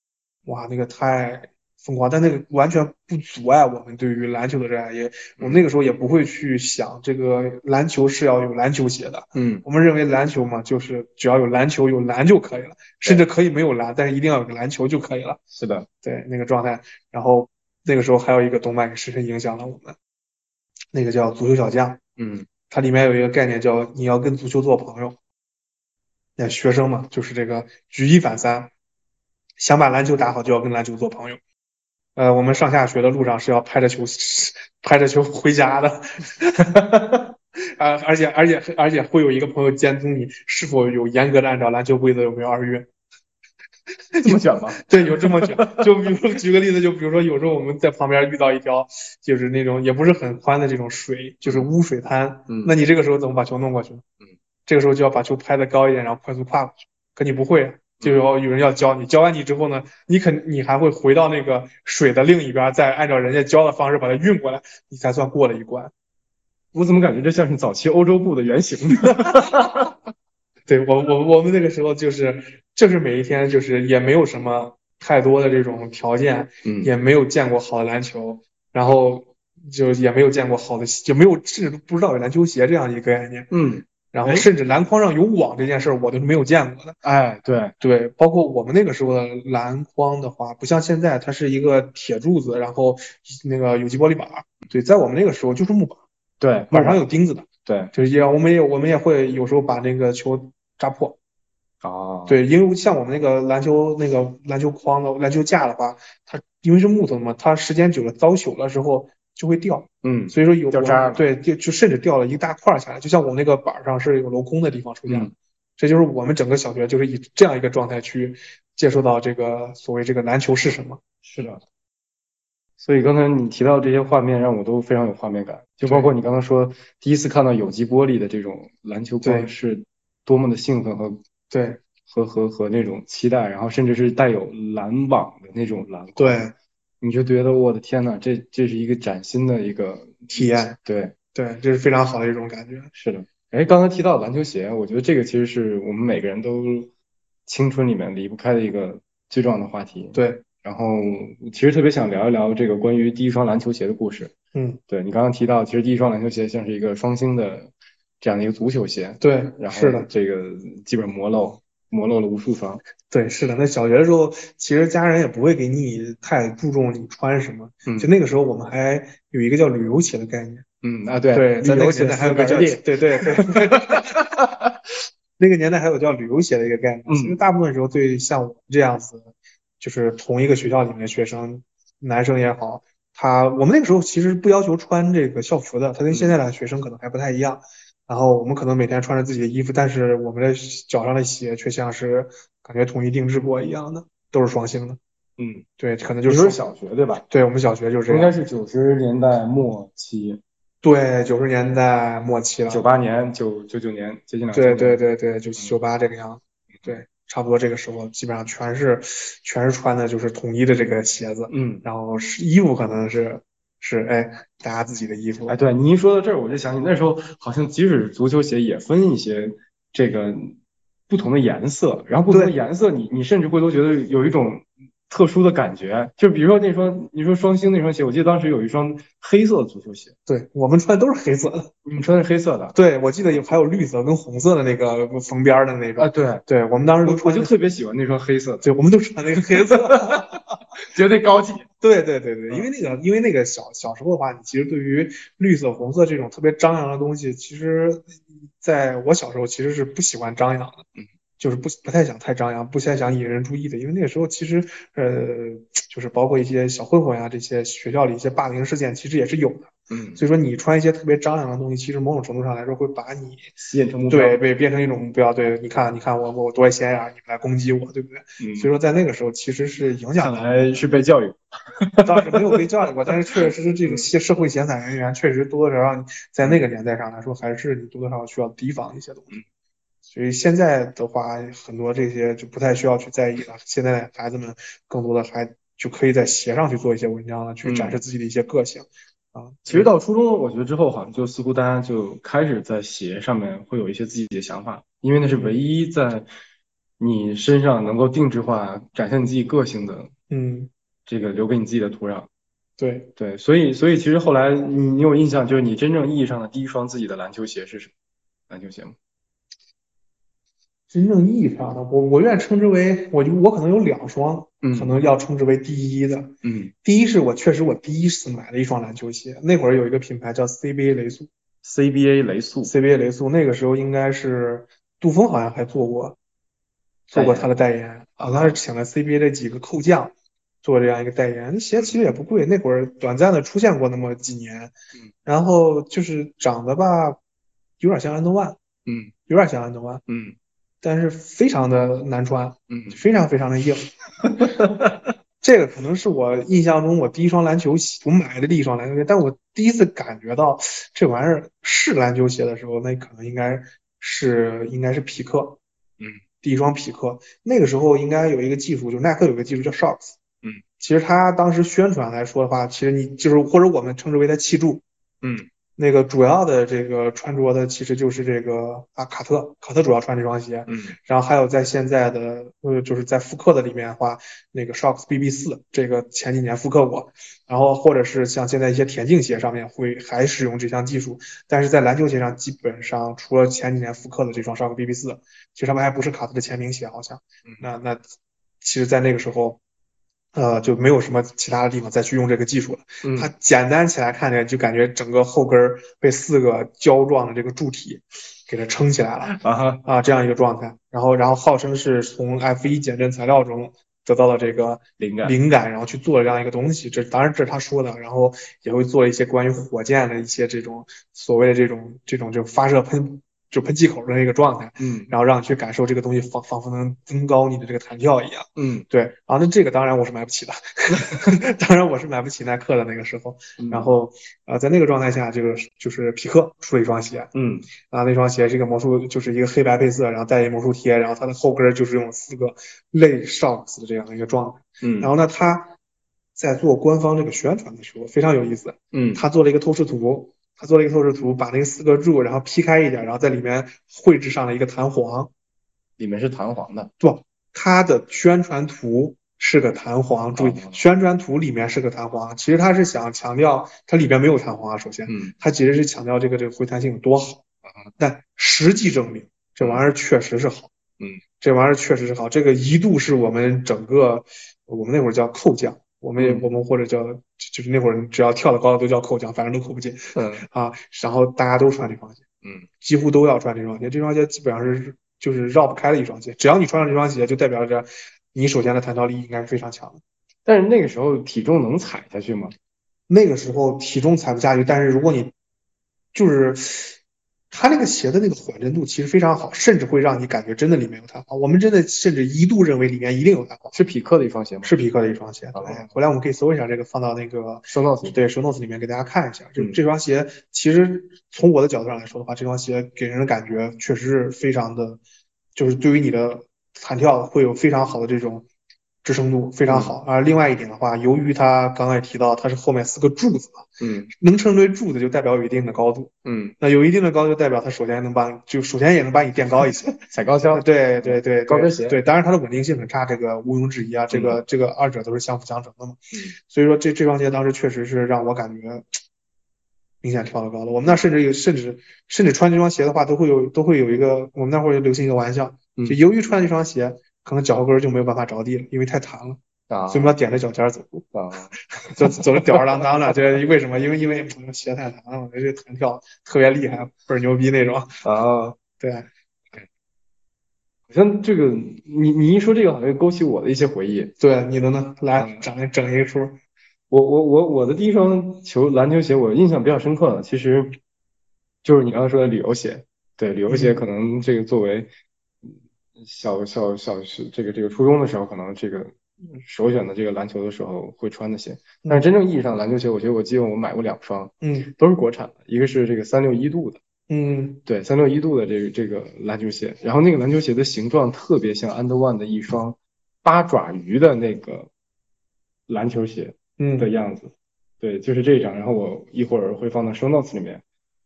[SPEAKER 1] 哇，那个太疯狂，但那个完全不阻碍我们对于篮球的热爱。也，我们那个时候也不会去想这个篮球是要有篮球鞋的。
[SPEAKER 2] 嗯，
[SPEAKER 1] 我们认为篮球嘛，就是只要有篮球有篮就可以了，甚至可以没有篮，但是一定要有个篮球就可以了。
[SPEAKER 2] 是的，
[SPEAKER 1] 对，那个状态。然后那个时候还有一个动漫也深深影响了我们，那个叫《足球小将》。
[SPEAKER 2] 嗯，
[SPEAKER 1] 它里面有一个概念叫你要跟足球做朋友。那学生嘛，就是这个举一反三，想把篮球打好就要跟篮球做朋友。呃，我们上下学的路上是要拍着球拍着球回家的， 啊，而且而且而且会有一个朋友监督你是否有严格的按照篮球规则有没有二越。
[SPEAKER 2] 这么卷吗？
[SPEAKER 1] 对，有这么卷。就比如说，举个例子，就比如说，有时候我们在旁边遇到一条，就是那种也不是很宽的这种水，就是污水滩。
[SPEAKER 2] 嗯
[SPEAKER 1] 那你这个时候怎么把球弄过去？
[SPEAKER 2] 嗯，
[SPEAKER 1] 这个时候就要把球拍得高一点，然后快速跨过去。可你不会啊，
[SPEAKER 2] 嗯
[SPEAKER 1] 就要有人要教你。教完你之后呢，你肯你还会回到那个水的另一边，再按照人家教的方式把它运过来，你才算过了一关。
[SPEAKER 2] 我怎么感觉这像是早期欧洲步的原型？
[SPEAKER 1] 对我我我们那个时候就是就是每一天就是也没有什么太多的这种条件，
[SPEAKER 2] 嗯
[SPEAKER 1] 也没有见过好的篮球，然后就也没有见过好的，也没有甚至都不知道有篮球鞋这样一个概念，
[SPEAKER 2] 嗯，
[SPEAKER 1] 然后
[SPEAKER 2] 哎
[SPEAKER 1] 甚至篮筐上有网这件事儿我都是没有见过的。
[SPEAKER 2] 哎，对，
[SPEAKER 1] 对，包括我们那个时候的篮筐的话，不像现在，它是一个铁柱子，然后那个有机玻璃板儿。对，在我们那个时候就是木板，
[SPEAKER 2] 对，
[SPEAKER 1] 板上有钉子的，
[SPEAKER 2] 对，
[SPEAKER 1] 就是也我们也我们也会有时候把那个球扎破。
[SPEAKER 2] 哦，，
[SPEAKER 1] 对，因为像我们那个篮球那个篮球框的篮球架的话，它因为是木头的嘛，它时间久了糟朽了之后就会掉，
[SPEAKER 2] 嗯，
[SPEAKER 1] 所以说有
[SPEAKER 2] 掉
[SPEAKER 1] 我
[SPEAKER 2] 渣儿了
[SPEAKER 1] 对，就就甚至掉了一大块儿下来，就像我们那个板儿上是有镂空的地方出现的，
[SPEAKER 2] 嗯
[SPEAKER 1] 这就是我们整个小学就是以这样一个状态去接受到这个所谓这个篮球是什么。
[SPEAKER 2] 是的。所以刚才你提到这些画面，让我都非常有画面感，就包括你刚才说第一次看到有机玻璃的这种篮球
[SPEAKER 1] 对
[SPEAKER 2] 光，是多么的兴奋和
[SPEAKER 1] 对
[SPEAKER 2] 和和和那种期待，然后甚至是带有篮网的那种篮筐，
[SPEAKER 1] 对
[SPEAKER 2] 你就觉得我的天呐，这这是一个崭新的一个
[SPEAKER 1] 体验，
[SPEAKER 2] 对，
[SPEAKER 1] 对，这是非常好的一种感觉。
[SPEAKER 2] 是的。哎，刚才提到篮球鞋，我觉得这个其实是我们每个人都青春里面离不开的一个最重要的话题。
[SPEAKER 1] 对，
[SPEAKER 2] 然后其实特别想聊一聊这个关于第一双篮球鞋的故事。
[SPEAKER 1] 嗯，
[SPEAKER 2] 对，你刚刚提到，其实第一双篮球鞋像是一个双星的这样的一个足球鞋，
[SPEAKER 1] 对，
[SPEAKER 2] 然后
[SPEAKER 1] 是的。
[SPEAKER 2] 这个基本磨漏磨漏了无数双。
[SPEAKER 1] 对，是的，那小学的时候，其实家人也不会给你太注重你穿什么。
[SPEAKER 2] 嗯
[SPEAKER 1] 就那个时候，我们还有一个叫旅游鞋的概念。
[SPEAKER 2] 嗯啊，对，
[SPEAKER 1] 对，
[SPEAKER 2] 旅
[SPEAKER 1] 在那
[SPEAKER 2] 游
[SPEAKER 1] 个
[SPEAKER 2] 鞋
[SPEAKER 1] 年代还有
[SPEAKER 2] 四
[SPEAKER 1] 个
[SPEAKER 2] 百
[SPEAKER 1] 叫
[SPEAKER 2] 日历
[SPEAKER 1] 对对对， 那个年代还有叫旅游鞋的一个概念。
[SPEAKER 2] 嗯
[SPEAKER 1] 其实大部分时候，对像我这样子，就是同一个学校里面的学生，男生也好，他我们那个时候其实不要求穿这个校服的，他跟现在的学生可能还不太一样。然后我们可能每天穿着自己的衣服，但是我们的脚上的鞋却像是感觉统一定制过一样的，都是双星的。
[SPEAKER 2] 嗯，
[SPEAKER 1] 对，可能就
[SPEAKER 2] 就是是
[SPEAKER 1] 双
[SPEAKER 2] 小学对吧？
[SPEAKER 1] 对我们小学就是这
[SPEAKER 2] 应该
[SPEAKER 1] 样。
[SPEAKER 2] 是九十年代末期，
[SPEAKER 1] 对，九十年代末期了。
[SPEAKER 2] 九八年、九九九年，接近两千
[SPEAKER 1] 对
[SPEAKER 2] 年。嗯
[SPEAKER 1] 对对对，就九八这个样子，对，差不多这个时候基本上全是全是穿的就是统一的这个鞋子，
[SPEAKER 2] 嗯，
[SPEAKER 1] 然后是衣服可能是是哎大家自己的衣服
[SPEAKER 2] 哎，，对，你一说到这儿，我就想起那时候好像即使足球鞋也分一些这个不同的颜色，然后不同的
[SPEAKER 1] 对
[SPEAKER 2] 颜色你，你甚至会都觉得有一种特殊的感觉。就比如说那双你说双星那双鞋，我记得当时有一双黑色的足球鞋，
[SPEAKER 1] 对我们穿的都是黑色的，
[SPEAKER 2] 你们穿的是黑色的
[SPEAKER 1] 对我记得有还有绿色跟红色的那个呃缝边儿的那
[SPEAKER 2] 啊？
[SPEAKER 1] 种，
[SPEAKER 2] 对，
[SPEAKER 1] 对我们当时
[SPEAKER 2] 我
[SPEAKER 1] 都
[SPEAKER 2] 我
[SPEAKER 1] 穿
[SPEAKER 2] 就
[SPEAKER 1] 的，
[SPEAKER 2] 特别喜欢那双黑色的，
[SPEAKER 1] 对我们都穿那个黑 色。
[SPEAKER 2] 绝对高级。
[SPEAKER 1] 对对对对，
[SPEAKER 2] 嗯
[SPEAKER 1] 因为那个，因为那个小小时候的话，你其实对于绿色、红色这种特别张扬的东西，其实在我小时候其实是不喜欢张扬的，
[SPEAKER 2] 嗯
[SPEAKER 1] 就是不不太想太张扬，不太想引人注意的，因为那个时候其实呃，就是包括一些小混混呀、这些学校里一些霸凌事件，其实也是有的。
[SPEAKER 2] 嗯，
[SPEAKER 1] 所以说你穿一些特别张扬的东西，其实某种程度上来说会把你
[SPEAKER 2] 吸引成目标，
[SPEAKER 1] 对被变成一种目标。对，你看，你看我我我多显眼儿，你们来攻击我，对不对？
[SPEAKER 2] 嗯，
[SPEAKER 1] 所以说在那个时候其实是影响
[SPEAKER 2] 看
[SPEAKER 1] 到的。
[SPEAKER 2] 来是被教育过，
[SPEAKER 1] 倒是没有被教育过，但是确实是这个些社会闲散人员确实多多少少在那个年代上来说，还是你多多少少需要提防一些东西。所以现在的话，很多这些就不太需要去在意了。现在孩子们更多的还就可以在鞋上去做一些文章了，去展示自己的一些个性。啊，
[SPEAKER 2] 嗯其实到初中，我觉得之后好像就似乎大家就开始在鞋上面会有一些自己的想法，因为那是唯一在你身上能够定制化展现你自己个性的
[SPEAKER 1] 嗯，
[SPEAKER 2] 这个留给你自己的土壤。
[SPEAKER 1] 对，
[SPEAKER 2] 对，所以所以其实后来你你有印象，就是你真正意义上的第一双自己的篮球鞋是什么？篮球鞋吗？
[SPEAKER 1] 真正意义上的，我我愿称之为，我就我可能有两双，
[SPEAKER 2] 嗯
[SPEAKER 1] 可能要称之为第一的。
[SPEAKER 2] 嗯
[SPEAKER 1] 第一是我确实我第一次买了一双篮球鞋，那会儿有一个品牌叫 CBA 雷速
[SPEAKER 2] ，CBA 雷速，
[SPEAKER 1] ，CBA 雷速那个时候应该是杜峰好像还做过做过他的代言啊，他是请了 CBA 的几个扣将做这样一个代言，鞋其实也不贵，那会儿短暂的出现过那么几年
[SPEAKER 2] 嗯，
[SPEAKER 1] 然后就是长得吧有点像安东万，
[SPEAKER 2] 嗯
[SPEAKER 1] 有点像安东万，
[SPEAKER 2] 嗯
[SPEAKER 1] 但是非常的难穿，
[SPEAKER 2] 嗯
[SPEAKER 1] 非常非常的硬。 这个可能是我印象中我第一双篮球鞋，我买的第一双篮球鞋，但我第一次感觉到这玩意儿是篮球鞋的时候，那可能应该是应该是匹克，
[SPEAKER 2] 嗯，
[SPEAKER 1] 第一双匹克，那个时候应该有一个技术，就耐克有个技术叫 shocks，
[SPEAKER 2] 嗯，
[SPEAKER 1] 其实它当时宣传来说的话，其实你就是或者我们称之为它气柱，
[SPEAKER 2] 嗯
[SPEAKER 1] 那个主要的这个穿着的其实就是这个啊卡特，卡特主要穿这双鞋，
[SPEAKER 2] 嗯
[SPEAKER 1] 然后还有在现在的呃，就是在复刻的里面的话，那个 Shocks BB 四这个前几年复刻过，然后或者是像现在一些田径鞋上面会还使用这项技术，但是在篮球鞋上基本上除了前几年复刻的这双 Shocks BB 四，其实他们还不是卡特的签名鞋，好像
[SPEAKER 2] 嗯。
[SPEAKER 1] 那那其实，在那个时候，呃，就没有什么其他的地方再去用这个技术了。
[SPEAKER 2] 嗯，
[SPEAKER 1] 它简单起来看着就感觉整个后跟儿被四个胶状的这个柱体给它撑起来了。
[SPEAKER 2] 啊哈，
[SPEAKER 1] 啊，这样一个状态。然后，然后号称是从 F1 减震材料中得到了这个
[SPEAKER 2] 灵感，
[SPEAKER 1] 灵感，然后去做了这样一个东西。这当然这是他说的，然后也会做一些关于火箭的一些这种所谓的这种这种就发射喷就喷气口的那个状态，
[SPEAKER 2] 嗯
[SPEAKER 1] 然后让你去感受这个东西仿仿佛能增高你的这个弹跳一样。
[SPEAKER 2] 嗯，
[SPEAKER 1] 对，然后那这个当然我是买不起的， 当然我是买不起耐克的那个时候。
[SPEAKER 2] 嗯
[SPEAKER 1] 然后呃，在那个状态下，这个就是匹克出了一双鞋，
[SPEAKER 2] 嗯
[SPEAKER 1] 啊，那双鞋是一个魔术，就是一个黑白配色，然后带一魔术贴，然后它的后跟儿就是用四个类 shocks 的这样一个状态。
[SPEAKER 2] 嗯，
[SPEAKER 1] 然后呢，它在做官方这个宣传的时候非常有意思，
[SPEAKER 2] 嗯
[SPEAKER 1] 它做了一个透视图，它做了一个透视图，把那个四个柱然后劈开一点，然后在里面绘制上了一个弹簧。
[SPEAKER 2] 里面是弹簧的，
[SPEAKER 1] 它的宣传图是个弹簧，注意
[SPEAKER 2] 哦，
[SPEAKER 1] 宣传图里面是个弹簧，其实它是想强调它里边没有弹簧啊，首先。
[SPEAKER 2] 嗯
[SPEAKER 1] 它其实是强调这个这个回弹性有多好，但实际证明这玩意儿确实是好，
[SPEAKER 2] 嗯，
[SPEAKER 1] 这玩意儿确实是好，这个一度是我们整个我们那会儿叫扣将，我们也
[SPEAKER 2] 嗯
[SPEAKER 1] 我们或者叫就就是那会儿只要跳得高的都叫扣将，反正都扣不进
[SPEAKER 2] 嗯
[SPEAKER 1] 啊，然后大家都穿这双鞋，
[SPEAKER 2] 嗯
[SPEAKER 1] 几乎都要穿这双鞋，这双鞋基本上是就是绕不开的一双鞋，只要你穿上这双鞋，就代表着你首先的弹跳力应该是非常强的。
[SPEAKER 2] 但是那个时候体重能踩下去吗？
[SPEAKER 1] 那个时候体重踩不下去，但是如果你就是它那个鞋的那个缓震度其实非常好，甚至会让你感觉真的里面有弹簧。我们真的甚至一度认为里面一定有弹簧，
[SPEAKER 2] 是匹克的一双鞋吗？
[SPEAKER 1] 是匹克的一双鞋。哎
[SPEAKER 2] 哦
[SPEAKER 1] 对，回来我们可以搜一下这个，放到那个
[SPEAKER 2] 双道鞋。
[SPEAKER 1] 对 show notes 里面给大家看一下。就
[SPEAKER 2] 嗯
[SPEAKER 1] 这双鞋，其实从我的角度上来说的话，这双鞋给人的感觉确实是非常的，就是对于你的弹跳会有非常好的这种支撑度，非常好。而另外一点的话，由于它刚才也提到它是后面四个柱子嘛，
[SPEAKER 2] 嗯
[SPEAKER 1] 能称之为柱子就代表有一定的高度，
[SPEAKER 2] 嗯，
[SPEAKER 1] 那有一定的高度就代表它首先能把你就首先也能把你垫高一 些。
[SPEAKER 2] 踩高跷。
[SPEAKER 1] 对对对，
[SPEAKER 2] 高跟鞋嗯
[SPEAKER 1] 对，当然它的稳定性很差，这个毋庸置疑啊，这个、这个二者都是相辅相成的嘛。所以说这这双鞋当时确实是让我感觉明显跳得高了。我们那甚至有甚至甚至穿这双鞋的话，都会有都会有一个我们那会儿流行一个玩笑，
[SPEAKER 2] 嗯
[SPEAKER 1] 就由于穿这双鞋，可能脚后跟就没有办法着地了，因为太弹了。
[SPEAKER 2] 啊
[SPEAKER 1] 所以我们要踮着脚尖儿走路，
[SPEAKER 2] 啊，
[SPEAKER 1] 就走的吊儿郎当的。这为什么？因为因为学太难了，我这弹跳特别厉害，倍儿牛逼那种。
[SPEAKER 2] 啊，好
[SPEAKER 1] 对，
[SPEAKER 2] 像这个你你一说这个，好像勾起我的一些回忆。
[SPEAKER 1] 对，你的呢？来
[SPEAKER 2] 嗯
[SPEAKER 1] 整整一出，
[SPEAKER 2] 我我我我的第一双球篮球鞋，我印象比较深刻的，其实就是你刚刚说的旅游鞋。对，旅游鞋
[SPEAKER 1] 嗯
[SPEAKER 2] 可能这个作为小小小学这个这个初中的时候，可能这个首选的这个篮球的时候会穿的鞋。但是真正意义上篮球鞋，我觉得我记得我买过两双，
[SPEAKER 1] 嗯
[SPEAKER 2] 都是国产的，一个是这个三六一度的，
[SPEAKER 1] 嗯
[SPEAKER 2] 对，三六一度的这个这个篮球鞋，然后那个篮球鞋的形状特别像 And One 的一双八爪鱼的那个篮球鞋。的
[SPEAKER 1] 嗯
[SPEAKER 2] 样子。对，就是这一张。然后我一会儿会放到 show notes 里面。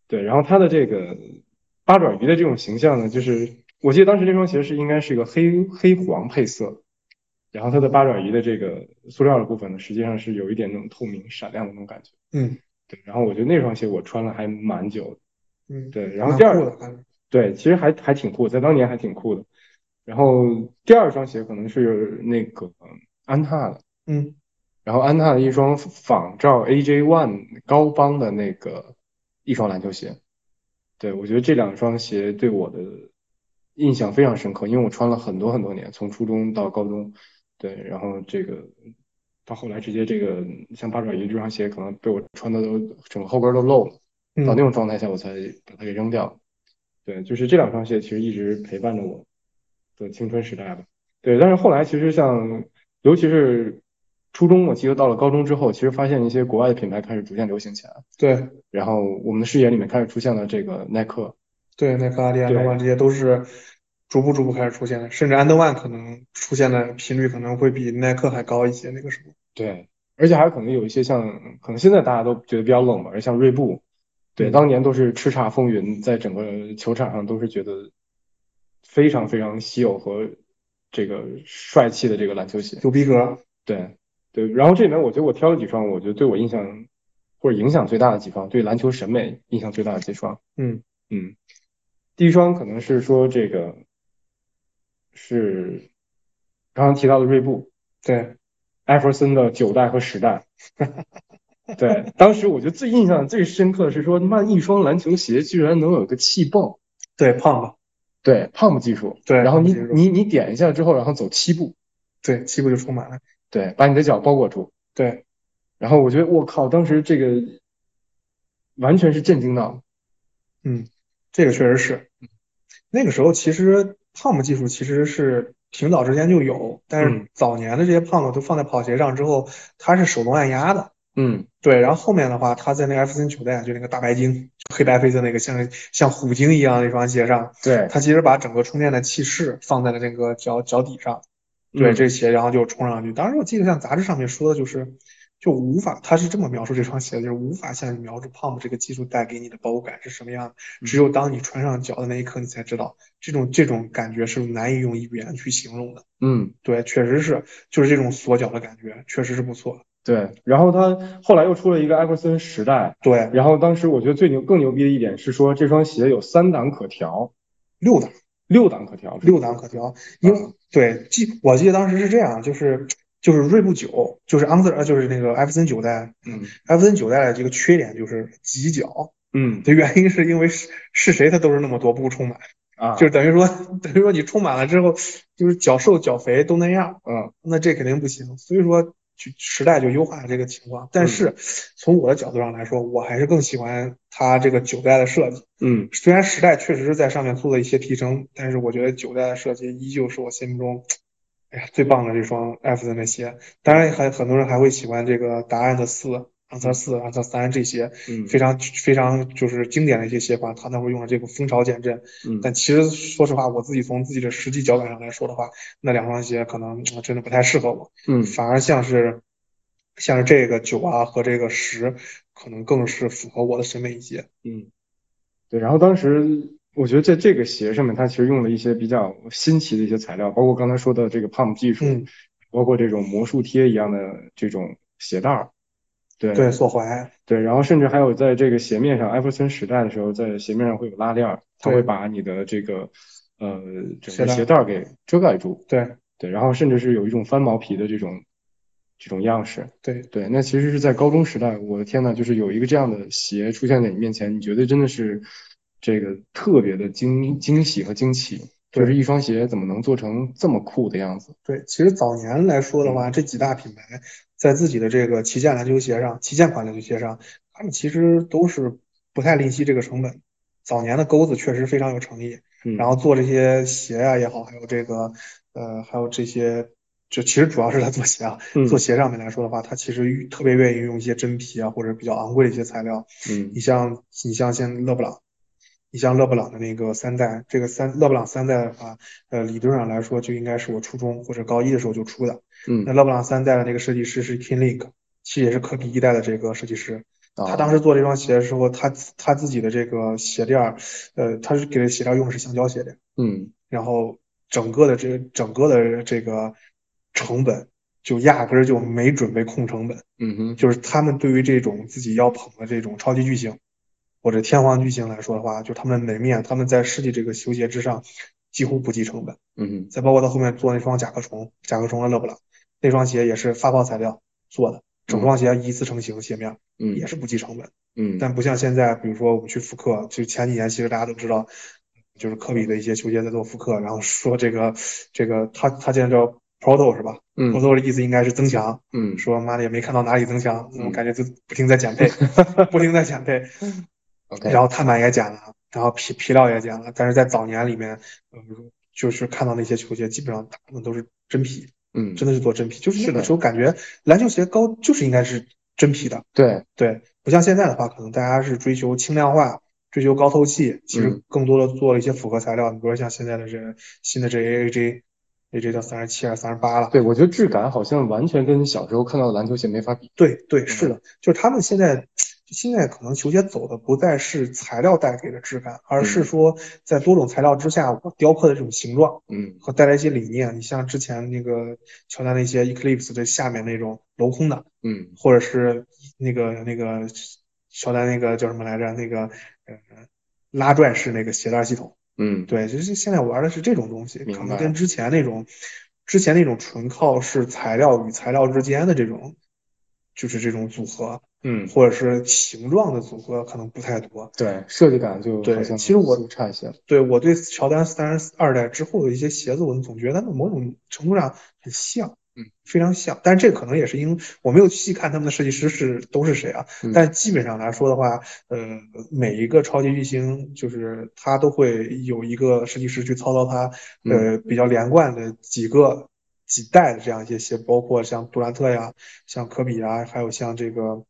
[SPEAKER 2] 对，然后它的这个八爪鱼的这种形象呢，就是我记得当时这双鞋是应该是一个黑黑黄配色，然后它的八爪鱼的这个塑料的部分呢，实际上是有一点那种透明闪亮的那种感觉。
[SPEAKER 1] 嗯
[SPEAKER 2] 对，然后我觉得那双鞋我穿了还蛮久的。
[SPEAKER 1] 嗯，
[SPEAKER 2] 对，然后第二
[SPEAKER 1] 蛮酷的感觉
[SPEAKER 2] 对，其实还还挺酷，在当年还挺酷的。然后第二双鞋可能是那个安踏的。
[SPEAKER 1] 嗯
[SPEAKER 2] 然后安踏的一双仿照 AJ One 高帮的那个一双篮球鞋，对，我觉得这两双鞋对我的印象非常深刻，因为我穿了很多很多年，从初中到高中，对，然后这个到后来直接这个像八爪鱼这双鞋可能被我穿的都整个后跟都漏了，到那
[SPEAKER 1] 嗯
[SPEAKER 2] 种状态下我才把它给扔掉。对，就是这两双鞋其实一直陪伴着我的青春时代吧。对，但是后来其实像，尤其是初中，我记得到了高中之后，其实发现一些国外的品牌开始逐渐流行起来，
[SPEAKER 1] 对
[SPEAKER 2] 然后我们的视野里面开始出现了这个耐克。
[SPEAKER 1] 对，耐克、阿迪、安德
[SPEAKER 2] 对
[SPEAKER 1] 万这些都是逐步逐步开始出现的，甚至安德万可能出现的频率可能会比耐克还高一些。那个时候，
[SPEAKER 2] 对，而且还可能有一些像，可能现在大家都觉得比较冷门，像锐步，对，
[SPEAKER 1] 嗯
[SPEAKER 2] 当年都是叱咤风云，在整个球场上都是觉得非常非常稀有和这个帅气的这个篮球鞋。
[SPEAKER 1] 有逼格，
[SPEAKER 2] 对对，然后这里面我觉得我挑了几双，我觉得对我印象或者影响最大的几双，对篮球审美影响最大的几双。
[SPEAKER 1] 嗯
[SPEAKER 2] 嗯，第一双可能是说这个是刚刚提到的锐步，
[SPEAKER 1] 对，
[SPEAKER 2] 艾弗森的九代和十代。对，当时我觉得最印象最深刻的是说，他妈一双篮球鞋居然能有一个气泵，
[SPEAKER 1] 对，胖吧，
[SPEAKER 2] 对，pump 技术，
[SPEAKER 1] 对
[SPEAKER 2] 然后你
[SPEAKER 1] ，pump 技术
[SPEAKER 2] 你你点一下之后，然后走七步，
[SPEAKER 1] 对，七步就充满了，
[SPEAKER 2] 对，把你的脚包裹住。
[SPEAKER 1] 对，
[SPEAKER 2] 然后我觉得我靠，当时这个完全是震惊到，
[SPEAKER 1] 嗯，这个确实是。那个时候其实 pump 技术其实是挺早之前就有，但
[SPEAKER 2] 嗯
[SPEAKER 1] 是早年的这些 pump 都放在跑鞋上之后，它是手动按压的。
[SPEAKER 2] 嗯，
[SPEAKER 1] 对，然后后面的话，它在那个艾弗森九代，就那个大白鲸，黑白配色那个像像虎鲸一样的那双鞋上，
[SPEAKER 2] 对，
[SPEAKER 1] 它其实把整个充电的气势放在了这个脚脚底上，对
[SPEAKER 2] 嗯
[SPEAKER 1] 这鞋，然后就冲上去。当时我记得像杂志上面说的就是，就无法，它是这么描述这双鞋的，就是无法向你描述 pump 这个技术带给你的包裹感是什么样的，只有当你穿上脚的那一刻，你才知道这种这种感觉是难以用语言去形容的。
[SPEAKER 2] 嗯，
[SPEAKER 1] 对，确实是，就是这种锁脚的感觉，确实是不错。
[SPEAKER 2] 对。然后他后来又出了一个艾弗森十代，
[SPEAKER 1] 对，
[SPEAKER 2] 然后当时我觉得最牛更牛逼的一点是说这双鞋有三档可调，
[SPEAKER 1] 六档。
[SPEAKER 2] 六档可调，
[SPEAKER 1] 六档可调，因为对记我记得当时是这样，就是就是锐步九，就是昂斯呃就是那个艾弗森九代，
[SPEAKER 2] 嗯
[SPEAKER 1] 艾弗森九代的这个缺点就是挤脚，
[SPEAKER 2] 嗯
[SPEAKER 1] 的原因是因为是是谁他都是那么多步充满，
[SPEAKER 2] 啊，
[SPEAKER 1] 就是等于说等于说你充满了之后，就是脚瘦脚肥都那样，
[SPEAKER 2] 嗯
[SPEAKER 1] 那这肯定不行，所以说就时代就优化了这个情况，但是从我的角度上来说，我还是更喜欢它这个九代的设计。
[SPEAKER 2] 嗯
[SPEAKER 1] 虽然时代确实是在上面做了一些提升，但是我觉得九代的设计依旧是我心目中，哎呀最棒的这双艾弗森的鞋。当然还很多人还会喜欢这个达案的四、昂特四、昂特三这些
[SPEAKER 2] 嗯
[SPEAKER 1] 非常非常就是经典的一些鞋款，他那会用了这个蜂巢减震。
[SPEAKER 2] 嗯
[SPEAKER 1] 但其实说实话，我自己从自己的实际脚感上来说的话，那两双鞋可能嗯真的不太适合我。
[SPEAKER 2] 嗯
[SPEAKER 1] 反而像是像是这个九啊和这个十，可能更是符合我的审美一些。
[SPEAKER 2] 嗯，对。然后当时我觉得在这个鞋上面，它其实用了一些比较新奇的一些材料，包括刚才说的这个 pump 技术，
[SPEAKER 1] 嗯，
[SPEAKER 2] 包括这种魔术贴一样的这种鞋带儿，对
[SPEAKER 1] 对，锁踝。
[SPEAKER 2] 对，然后甚至还有在这个鞋面上，艾弗森时代的时候，在鞋面上会有拉链儿，它
[SPEAKER 1] 对
[SPEAKER 2] 会把你的这个呃整
[SPEAKER 1] 鞋
[SPEAKER 2] 个
[SPEAKER 1] 带
[SPEAKER 2] 鞋带儿给遮盖住。
[SPEAKER 1] 对，
[SPEAKER 2] 对，然后甚至是有一种翻毛皮的这种这种样式。
[SPEAKER 1] 对
[SPEAKER 2] 对，那其实是在高中时代，我的天呐，就是有一个这样的鞋出现在你面前，你觉得真的是这个特别的惊惊喜和惊奇，
[SPEAKER 1] 对
[SPEAKER 2] 就是一双鞋怎么能做成这么酷的样子？
[SPEAKER 1] 对，其实早年来说的话，这几大品牌在自己的这个旗舰篮球鞋上、旗舰款篮球鞋上，他们其实都是不太吝惜这个成本。早年的钩子确实非常有诚意，
[SPEAKER 2] 嗯，
[SPEAKER 1] 然后做这些鞋啊也好，还有这个呃，还有这些，就其实主要是在做鞋啊。
[SPEAKER 2] 嗯
[SPEAKER 1] 做鞋上面来说的话，它其实特别愿意用一些真皮啊，或者比较昂贵的一些材料，
[SPEAKER 2] 嗯
[SPEAKER 1] 你像你像现在勒布朗，你像勒布朗的那个三代，这个三勒布朗三代的话，呃，理论上来说就应该是我初中或者高一的时候就出的。那
[SPEAKER 2] 嗯，
[SPEAKER 1] 勒布朗三代的那个设计师是 King Link，其实也是科比一代的这个设计师。
[SPEAKER 2] 啊
[SPEAKER 1] 他当时做这双鞋的时候，他自他自己的这个鞋垫儿，呃，他是给的鞋垫儿用的是橡胶鞋垫，
[SPEAKER 2] 嗯
[SPEAKER 1] 然后整个的这个整个的这个成本就压根儿就没准备控成本。
[SPEAKER 2] 嗯哼
[SPEAKER 1] 就是他们对于这种自己要捧的这种超级巨星或者天皇巨星来说的话，就他们的门面，他们在设计这个球鞋之上几乎不计成本。
[SPEAKER 2] 嗯哼
[SPEAKER 1] 再包括到后面做那双甲壳虫，甲壳虫的勒布朗那双鞋也是发泡材料做的，整双鞋一次成型，鞋面
[SPEAKER 2] 嗯
[SPEAKER 1] 也是不计成本。
[SPEAKER 2] 嗯
[SPEAKER 1] 但不像现在，比如说我们去复刻，就前几年其实大家都知道，就是科比的一些球鞋在做复刻，然后说这个这个他他现在叫 proto 是吧
[SPEAKER 2] 嗯
[SPEAKER 1] ？proto 的意思应该是增强。
[SPEAKER 2] 嗯
[SPEAKER 1] 说妈的也没看到哪里增强，
[SPEAKER 2] 嗯
[SPEAKER 1] 我感觉就不停在减 配，不停在减配，
[SPEAKER 2] ，OK，
[SPEAKER 1] 然后碳板也减了，然后皮皮料也减了，但是在早年里面，呃，就是看到那些球鞋，基本上大部分都是真皮，
[SPEAKER 2] 嗯，
[SPEAKER 1] 真的是做真皮，就是
[SPEAKER 2] 是
[SPEAKER 1] 那个
[SPEAKER 2] 的
[SPEAKER 1] 时候感觉篮球鞋高就是应该是真皮的，
[SPEAKER 2] 对，
[SPEAKER 1] 对，不像现在的话，可能大家是追求轻量化。追求高透气，其实
[SPEAKER 2] 嗯
[SPEAKER 1] 更多的做了一些复合材料，你比如说像现在的这新的这 AAJ，a j 到三十七还是三十八了，
[SPEAKER 2] 对，我觉得质感好像完全跟小时候看到的篮球鞋没法比。
[SPEAKER 1] 对对，是的，就是他们现在现在可能球鞋走的不再是材料带给的质感，而是说在多种材料之下，我雕刻的这种形状
[SPEAKER 2] 嗯
[SPEAKER 1] 和带来一些理念。你像之前那个乔丹那些 Eclipse 的下面那种镂空的，
[SPEAKER 2] 嗯
[SPEAKER 1] 或者是那个那个乔丹那个叫什么来着？那个呃拉拽式那个鞋带系统。
[SPEAKER 2] 嗯
[SPEAKER 1] 对，就是现在玩的是这种东西，
[SPEAKER 2] 明
[SPEAKER 1] 可
[SPEAKER 2] 白
[SPEAKER 1] 能跟之前那种，之前那种纯靠是材料与材料之间的这种，就是这种组合，
[SPEAKER 2] 嗯，
[SPEAKER 1] 或者是形状的组合，可能不太多。
[SPEAKER 2] 对，设计感就
[SPEAKER 1] 对
[SPEAKER 2] 好像
[SPEAKER 1] 其实我
[SPEAKER 2] 似乎差一些。
[SPEAKER 1] 对，我对乔丹三十二代之后的一些鞋子，我总觉得他们某种程度上很像，
[SPEAKER 2] 嗯，
[SPEAKER 1] 非常像。但是这可能也是因为我没有细看他们的设计师是都是谁啊，
[SPEAKER 2] 嗯
[SPEAKER 1] 但基本上来说的话，呃，每一个超级巨星就是他都会有一个设计师去操刀他，
[SPEAKER 2] 嗯
[SPEAKER 1] 呃，比较连贯的几个几代的这样一些鞋，包括像杜兰特呀、像科比啊，还有像这个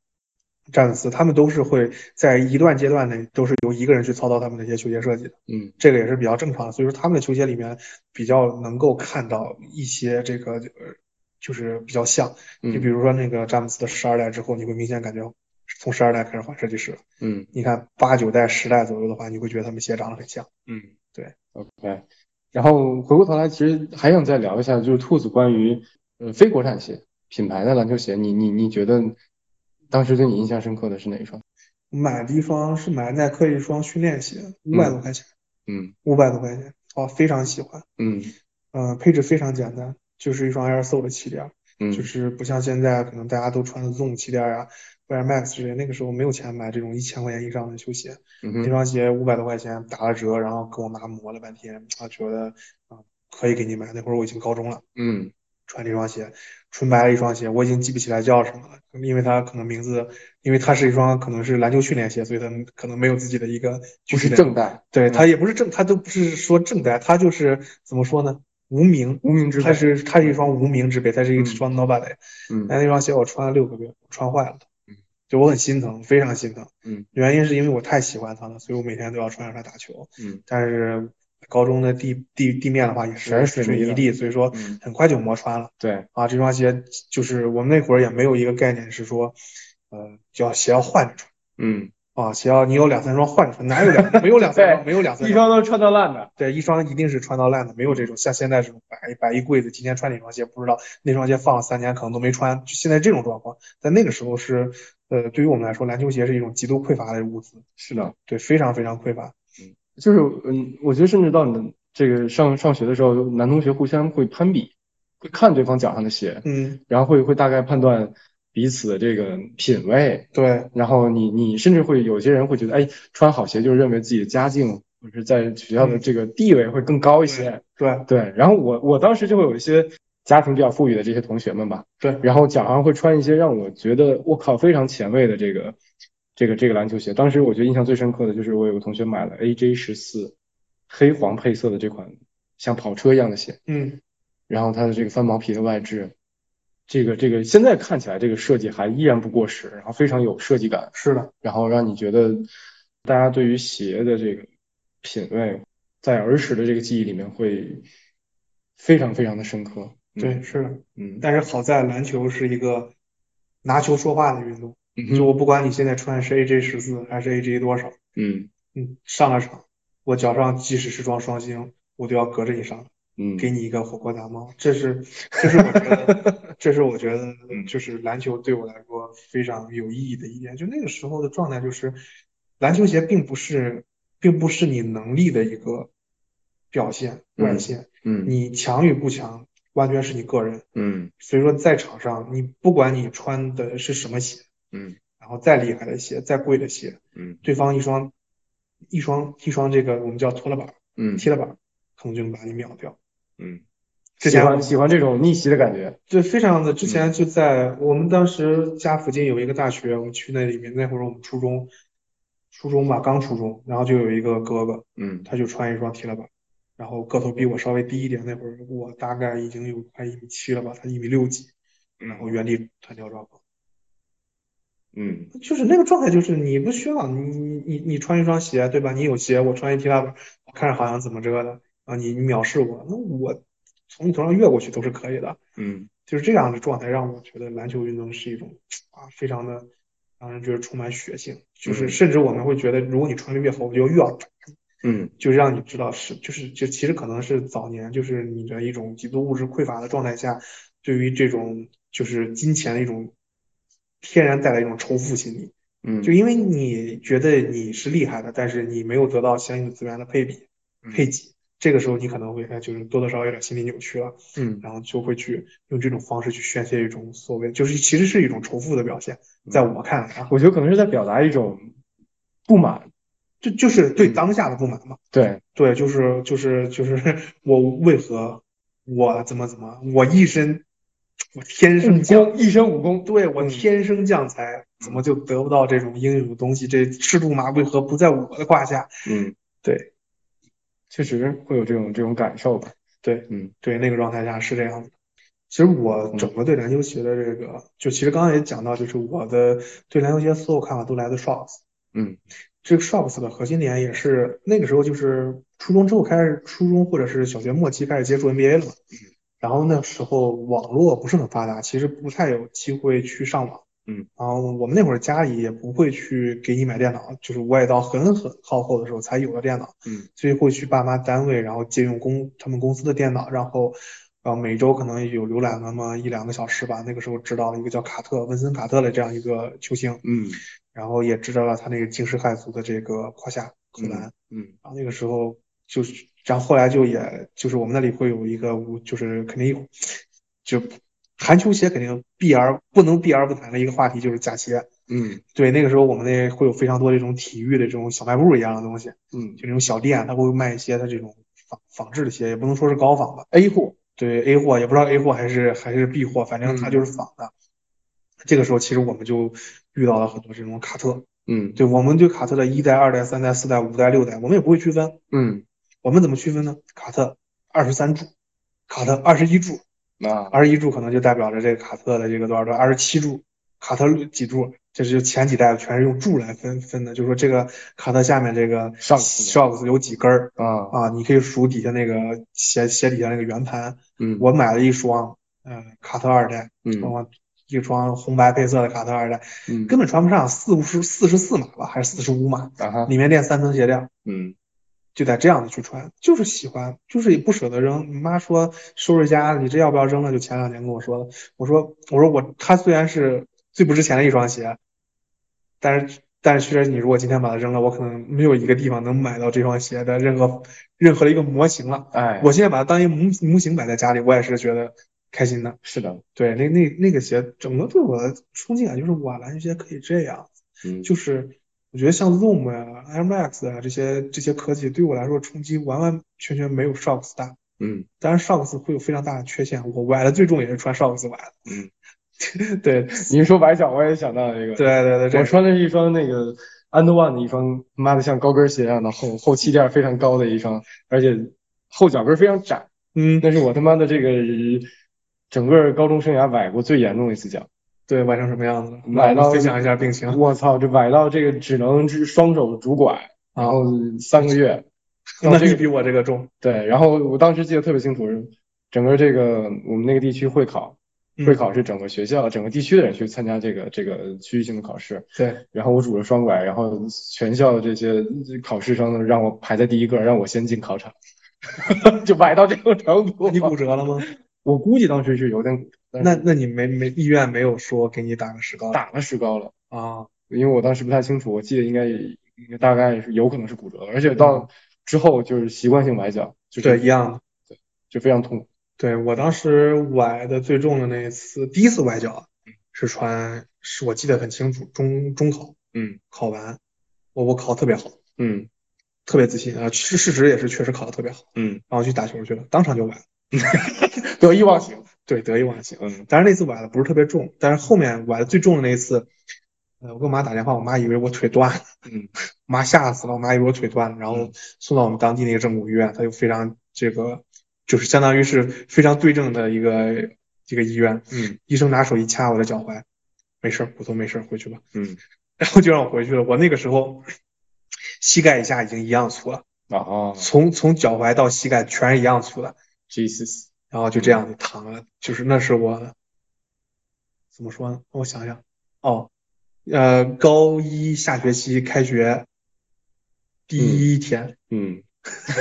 [SPEAKER 1] 詹姆斯，他们都是会在一段阶段内都是由一个人去操刀他们的一些球鞋设计的。
[SPEAKER 2] 嗯
[SPEAKER 1] 这个也是比较正常的，所以说他们的球鞋里面比较能够看到一些这个呃就是比较像，
[SPEAKER 2] 嗯
[SPEAKER 1] 就比如说那个詹姆斯的十二代之后，你会明显感觉从十二代开始换设计师了。
[SPEAKER 2] 嗯
[SPEAKER 1] 你看八九代、十代左右的话，你会觉得他们鞋长得很像。
[SPEAKER 2] 嗯，
[SPEAKER 1] 对
[SPEAKER 2] ，OK。然后回过头来，其实还想再聊一下，就是兔子关于呃非国产鞋品牌的篮球鞋，你你你觉得当时对你印象深刻的是哪一双？
[SPEAKER 1] 买的一双是买耐克一双训练鞋，五百多块钱，
[SPEAKER 2] 嗯
[SPEAKER 1] 五百多块钱，哇，非常喜欢。
[SPEAKER 2] 嗯
[SPEAKER 1] 嗯、配置非常简单，就是一双 Air Sole 的气垫，
[SPEAKER 2] 嗯
[SPEAKER 1] 就是不像现在可能大家都穿的 Zoom 气垫啊、Air Max 之类，那个时候没有钱买这种一千块钱以上的球鞋。
[SPEAKER 2] 嗯
[SPEAKER 1] 那
[SPEAKER 2] 哼
[SPEAKER 1] 双鞋五百多块钱打了折，然后跟我妈磨了半天，啊，觉得啊可以给你买。那会儿我已经高中了，
[SPEAKER 2] 嗯
[SPEAKER 1] 穿这双鞋，纯白的一双鞋，我已经记不起来叫什么了，因为它可能名字，因为它是一双可能是篮球训练鞋，所以它可能没有自己的一个具
[SPEAKER 2] 不
[SPEAKER 1] 体
[SPEAKER 2] 是
[SPEAKER 1] 的，
[SPEAKER 2] 正嗯代，
[SPEAKER 1] 对，它也不是正，它都不是说正代，它就是怎么说呢，无名，
[SPEAKER 2] 无名之
[SPEAKER 1] 它
[SPEAKER 2] 辈。
[SPEAKER 1] 是它是一双无名之辈，它是一
[SPEAKER 2] 嗯
[SPEAKER 1] 双 nobody。
[SPEAKER 2] 嗯
[SPEAKER 1] 但那双鞋我穿了六个月，我穿坏了
[SPEAKER 2] 嗯，
[SPEAKER 1] 就我很心疼，非常心疼。
[SPEAKER 2] 嗯，
[SPEAKER 1] 原因是因为我太喜欢它了，所以我每天都要穿着它打球。
[SPEAKER 2] 嗯
[SPEAKER 1] 但是高中的地地地面的话也是
[SPEAKER 2] 全是水
[SPEAKER 1] 水
[SPEAKER 2] 泥
[SPEAKER 1] 泥
[SPEAKER 2] 的
[SPEAKER 1] 地，所以说
[SPEAKER 2] 嗯，
[SPEAKER 1] 很快就磨穿了
[SPEAKER 2] 对，
[SPEAKER 1] 啊。这双鞋就是我们那会儿也没有一个概念是说，呃，叫鞋要换着穿
[SPEAKER 2] 嗯，
[SPEAKER 1] 啊，鞋要你有两三双换着穿，哪有两没有两三双，没有两三
[SPEAKER 2] 一双都穿到烂的。
[SPEAKER 1] 对，一双一定是穿到烂的，没有这种像现在这种摆摆一柜子，今天穿哪双鞋不知道，那双鞋放了三年可能都没穿，就现在这种状况，在那个时候是，呃，对于我们来说，篮球鞋是一种极度匮乏的物资，
[SPEAKER 2] 是的。
[SPEAKER 1] 对，非常非常匮乏。
[SPEAKER 2] 就是嗯，我觉得甚至到你的这个上上学的时候，男同学互相会攀比，会看对方脚上的鞋，
[SPEAKER 1] 嗯，
[SPEAKER 2] 然后会会大概判断彼此的这个品味，
[SPEAKER 1] 对，
[SPEAKER 2] 然后你你甚至会有些人会觉得，哎，穿好鞋就认为自己的家境或者是在学校的这个地位会更高一些，
[SPEAKER 1] 对，
[SPEAKER 2] 对。然后我我当时就会有一些家庭比较富裕的这些同学们吧，
[SPEAKER 1] 对
[SPEAKER 2] 然后脚上会穿一些让我觉得我靠非常前卫的这个这个这个篮球鞋。当时我觉得印象最深刻的就是我有个同学买了 AJ 十四黑黄配色的这款像跑车一样的鞋。
[SPEAKER 1] 嗯，
[SPEAKER 2] 然后它的这个翻毛皮的外质，这个这个现在看起来这个设计还依然不过时，然后非常有设计感，
[SPEAKER 1] 是的，
[SPEAKER 2] 然后让你觉得大家对于鞋的这个品味，在儿时的这个记忆里面会非常非常的深刻。嗯
[SPEAKER 1] 对，，是的。
[SPEAKER 2] 嗯，
[SPEAKER 1] 但是好在篮球是一个拿球说话的运动，就我不管你现在穿的是 AJ 十四还是 AJ 多少，
[SPEAKER 2] 嗯
[SPEAKER 1] 嗯，上了场，我脚上即使是双双星，我都要隔着你上，
[SPEAKER 2] 嗯
[SPEAKER 1] 给你一个火锅大猫。这是，这是我觉得， 这是我觉得，
[SPEAKER 2] 嗯
[SPEAKER 1] 就是篮球对我来说非常有意义的一点。就那个时候的状态，就是篮球鞋并不是，并不是你能力的一个表现外现，
[SPEAKER 2] 嗯
[SPEAKER 1] 你强与不强，完全是你个人。
[SPEAKER 2] 嗯
[SPEAKER 1] 所以说，在场上，你不管你穿的是什么鞋，
[SPEAKER 2] 嗯
[SPEAKER 1] 然后再厉害的鞋，再贵的鞋，
[SPEAKER 2] 嗯
[SPEAKER 1] 对方一双一双一双这个我们叫拖拉板、
[SPEAKER 2] 嗯
[SPEAKER 1] 踢拉板，可能就能把你秒掉。
[SPEAKER 2] 嗯，
[SPEAKER 1] 之
[SPEAKER 2] 喜
[SPEAKER 1] 前
[SPEAKER 2] 欢喜欢这种逆袭的感觉。
[SPEAKER 1] 对，非常的。之前就在我们当时家附近有一个大学，我们去那里面，那会儿我们初中，初中吧，刚初中，然后就有一个哥哥，
[SPEAKER 2] 嗯
[SPEAKER 1] 他就穿一双踢了板，然后个头比我稍微低一点，那会儿我大概已经有快一米七了吧，他一米六几，然后原地弹跳抓跑，
[SPEAKER 2] 嗯
[SPEAKER 1] 就是那个状态，就是你不需要你你你你穿一双鞋，对吧？你有鞋，我穿一踢了板，我看着好像怎么着的啊，你你藐视我，那我从你头上越过去都是可以的。
[SPEAKER 2] 嗯
[SPEAKER 1] 就是这样的状态，让我觉得篮球运动是一种啊，非常的让人觉得充满血性。就是
[SPEAKER 2] 嗯
[SPEAKER 1] 甚至我们会觉得，如果你穿的越厚，我就越要打，
[SPEAKER 2] 嗯
[SPEAKER 1] 就让你知道是，就是就其实可能是早年就是你的一种极度物质匮乏的状态下，对于这种就是金钱的一种天然带来一种仇富心理，
[SPEAKER 2] 嗯，
[SPEAKER 1] 就因为你觉得你是厉害的，但是你没有得到相应的资源的配比
[SPEAKER 2] 嗯
[SPEAKER 1] 配给，这个时候你可能会哎就是多多少少有点心理扭曲了。
[SPEAKER 2] 嗯
[SPEAKER 1] 然后就会去用这种方式去宣泄一种所谓，就是其实是一种仇富的表现，在
[SPEAKER 2] 嗯
[SPEAKER 1] 我看来啊，
[SPEAKER 2] 我觉得可能是在表达一种不满，
[SPEAKER 1] 就就是对当下的不满嘛，
[SPEAKER 2] 对，
[SPEAKER 1] 对，就是就是就是 我为何我怎么怎么，我一身我天生
[SPEAKER 2] 武
[SPEAKER 1] 将，
[SPEAKER 2] 功一身武功，
[SPEAKER 1] 对我
[SPEAKER 2] 嗯
[SPEAKER 1] 天生将才，怎么就得不到这种应有的东西？这赤兔马为何不在我的胯下？
[SPEAKER 2] 嗯，
[SPEAKER 1] 对
[SPEAKER 2] 确实会有这种这种感受吧。
[SPEAKER 1] 对
[SPEAKER 2] 嗯
[SPEAKER 1] 对，那个状态下是这样的。其实我整个对篮球鞋的这个，就其实刚刚也讲到，就是我的对篮球鞋所有看法都来自 Shops。
[SPEAKER 2] 嗯
[SPEAKER 1] 这个 shops 的核心点也是那个时候就是初中之后开始，初中或者是小学末期开始接触 NBA 了嘛。然后那时候网络不是很发达，其实不太有机会去上网。
[SPEAKER 2] 嗯。
[SPEAKER 1] 然后我们那会儿家里也不会去给你买电脑，就是我也到很很靠后的时候才有了电脑，
[SPEAKER 2] 嗯
[SPEAKER 1] 所以会去爸妈单位，然后借用公他们公司的电脑，然后呃每周可能有浏览那么一两个小时吧。那个时候知道了一个叫卡特温森卡特的这样一个球星。
[SPEAKER 2] 嗯
[SPEAKER 1] 然后也知道了他那个惊世骇俗的这个胯下扣篮，然
[SPEAKER 2] 嗯
[SPEAKER 1] 后那个时候就是，然后后来就也就是我们那里会有一个，就是肯定就韩球鞋肯定避而不能避而不谈的一个话题就是假鞋。
[SPEAKER 2] 嗯
[SPEAKER 1] 对，那个时候我们那会有非常多这种体育的这种小卖部一样的东西，
[SPEAKER 2] 嗯
[SPEAKER 1] 就那种小店，它会卖一些它这种仿仿制的鞋，也不能说是高仿吧，
[SPEAKER 2] ，A 货，
[SPEAKER 1] 对 A 货也不知道 A 货还是还是 B 货，反正它
[SPEAKER 2] 嗯
[SPEAKER 1] 就是仿的。这个时候其实我们就遇到了很多这种卡特，
[SPEAKER 2] 嗯
[SPEAKER 1] 对，我们对卡特的一代、二代、三代、四代、五代、六代，我们也不会区分。
[SPEAKER 2] 嗯
[SPEAKER 1] 我们怎么区分呢？卡特二十三柱，卡特二十一柱，
[SPEAKER 2] 啊，
[SPEAKER 1] 二十一柱可能就代表着这个卡特的这个多少多少，二十七柱，卡特几柱，这是前几代全是用柱来分分的，就是说这个卡特下面这个
[SPEAKER 2] 上
[SPEAKER 1] shocks 有几根儿
[SPEAKER 2] 啊
[SPEAKER 1] 啊，你可以数底下那个鞋鞋底下那个圆盘。
[SPEAKER 2] 嗯
[SPEAKER 1] 我买了一双，呃，卡特二代，
[SPEAKER 2] 嗯
[SPEAKER 1] 包括一双红白配色的卡特二代，
[SPEAKER 2] 嗯
[SPEAKER 1] 根本穿不上，四五十四十四码吧，还是四十五码？
[SPEAKER 2] 啊哈
[SPEAKER 1] 里面练三层鞋垫，
[SPEAKER 2] 嗯
[SPEAKER 1] 就得这样子去穿，就是喜欢，就是也不舍得扔。你妈说收拾家，你这要不要扔了？就前两年跟我说的。我说我说我，它虽然是最不值钱的一双鞋，但是但是确实你如果今天把它扔了，我可能没有一个地方能买到这双鞋的任何任何的一个模型了。
[SPEAKER 2] 哎
[SPEAKER 1] 我现在把它当一模模型摆在家里，我也是觉得开心的。
[SPEAKER 2] 是的，
[SPEAKER 1] 对，那那那个鞋，整个对我的冲击感就是哇，篮球鞋可以这样，
[SPEAKER 2] 嗯，
[SPEAKER 1] 就是我觉得像 Zoom 呀、Air Max 啊这些这些科技对我来说冲击完完全全没有 Shocks 大。
[SPEAKER 2] 嗯
[SPEAKER 1] 当然 Shocks 会有非常大的缺陷，我崴的最重也是穿 Shocks 崴的。
[SPEAKER 2] 嗯，
[SPEAKER 1] 对
[SPEAKER 2] 你一说崴脚，我也想到一个，
[SPEAKER 1] 对，对对，这
[SPEAKER 2] 我
[SPEAKER 1] 个
[SPEAKER 2] 穿的是一双那个 And One 的一双，妈的像高跟鞋一样的后后气垫非常高的一双，而且后脚跟非常窄，
[SPEAKER 1] 嗯，
[SPEAKER 2] 那是我他妈的这个整个高中生涯崴过最严重的一次脚。
[SPEAKER 1] 对，崴成什么样子了？
[SPEAKER 2] 崴
[SPEAKER 1] 我们
[SPEAKER 2] 到
[SPEAKER 1] 分享一下病情。
[SPEAKER 2] 我操，这崴到这个只能是双手拄拐，然后三个月。然
[SPEAKER 1] 那
[SPEAKER 2] 后这
[SPEAKER 1] 你
[SPEAKER 2] 个
[SPEAKER 1] 比我这个重。
[SPEAKER 2] 对，然后我当时记得特别清楚，整个这个我们那个地区会考，
[SPEAKER 1] 嗯
[SPEAKER 2] 会考是整个学校、整个地区的人去参加这个这个区域性的考试。
[SPEAKER 1] 对，
[SPEAKER 2] 然后我拄着双拐，然后全校的这些考试生让我排在第一个，让我先进考场， 就崴到这种程度。
[SPEAKER 1] 你骨折了吗？
[SPEAKER 2] 我估计当时是有点骨折，但
[SPEAKER 1] 那
[SPEAKER 2] 是
[SPEAKER 1] 那你没没医院没有说给你打个石膏
[SPEAKER 2] 打了石膏了，
[SPEAKER 1] 啊？
[SPEAKER 2] 因为我当时不太清楚，我记得应该大概是有可能是骨折，而且到之后就是习惯性崴脚，就是
[SPEAKER 1] 对，一样的。
[SPEAKER 2] 就非常痛苦。
[SPEAKER 1] 对，我当时崴的最重的那一次，第一次崴脚是穿，是我记得很清楚，中中考
[SPEAKER 2] 嗯
[SPEAKER 1] 考完，我我考得特别好，
[SPEAKER 2] 嗯
[SPEAKER 1] 特别自信啊，事事实也是确实考得特别好，
[SPEAKER 2] 嗯，
[SPEAKER 1] 然后去打球去了，当场就崴了，
[SPEAKER 2] 得意忘形。
[SPEAKER 1] 对，得意忘形。
[SPEAKER 2] 嗯
[SPEAKER 1] 当然那次崴的不是特别重，但是后面崴的最重的那一次，呃，我给我妈打电话，我妈以为我腿断了，
[SPEAKER 2] 嗯
[SPEAKER 1] 我妈吓死了，我妈以为我腿断了，然后
[SPEAKER 2] 嗯
[SPEAKER 1] 送到我们当地那个正骨医院，她就非常这个，就是相当于是非常对症的一个这个医院，
[SPEAKER 2] 嗯
[SPEAKER 1] 医生拿手一掐我的脚踝，没事儿，骨头没事儿，回去吧，
[SPEAKER 2] 嗯，
[SPEAKER 1] 然后就让我回去了。我那个时候膝盖以下已经一样粗了，
[SPEAKER 2] 哦
[SPEAKER 1] 从从脚踝到膝盖全是一样粗的，
[SPEAKER 2] ，Jesus，
[SPEAKER 1] 然后就这样就躺了，就是那是我怎么说呢？我想想，哦，呃，高一下学期开学第一天，
[SPEAKER 2] 嗯，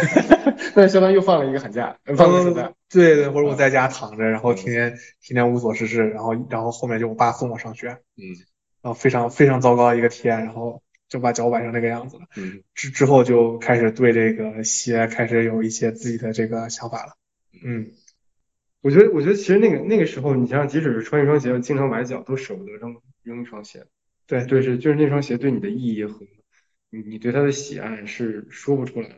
[SPEAKER 2] 那相当于又放了一个寒假，呃放了个暑假。
[SPEAKER 1] 对对，或者我在家躺着，然后天天天天无所事事，然后然后后面就我爸送我上学，然
[SPEAKER 2] 嗯
[SPEAKER 1] 后非常非常糟糕一个天，然后就把脚崴成那个样子了。
[SPEAKER 2] 嗯
[SPEAKER 1] 之之后就开始对这个鞋开始有一些自己的这个想法了。嗯，
[SPEAKER 2] 我觉得，我觉得其实那个那个时候，你想想，即使是穿一双鞋，经常崴脚，都舍不得扔扔一双鞋。
[SPEAKER 1] 对
[SPEAKER 2] 对，是就是那双鞋对你的意义和你你对它的喜爱是说不出来的。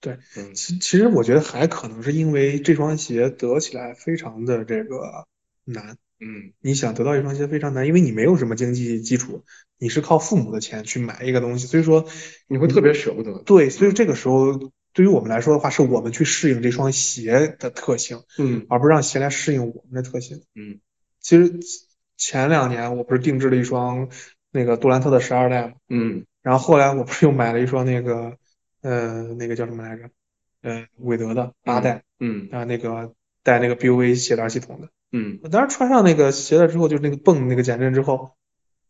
[SPEAKER 1] 对，
[SPEAKER 2] 嗯
[SPEAKER 1] 其其实我觉得还可能是因为这双鞋得起来非常的这个难。
[SPEAKER 2] 嗯
[SPEAKER 1] 你想得到一双鞋非常难，因为你没有什么经济基础，你是靠父母的钱去买一个东西，所以说
[SPEAKER 2] 你会特别舍不得。
[SPEAKER 1] 对，所以这个时候对于我们来说的话，是我们去适应这双鞋的特性，
[SPEAKER 2] 嗯
[SPEAKER 1] 而不是让鞋来适应我们的特性。
[SPEAKER 2] 嗯
[SPEAKER 1] 其实前两年我不是定制了一双那个杜兰特的十二代嘛，
[SPEAKER 2] 嗯
[SPEAKER 1] 然后后来我不是又买了一双那个呃那个叫什么来着？呃，韦德的八代
[SPEAKER 2] 嗯
[SPEAKER 1] 啊、那个带那个 BUV 鞋带系统的。
[SPEAKER 2] 嗯
[SPEAKER 1] 我当时穿上那个鞋了之后，就是那个泵那个减震之后，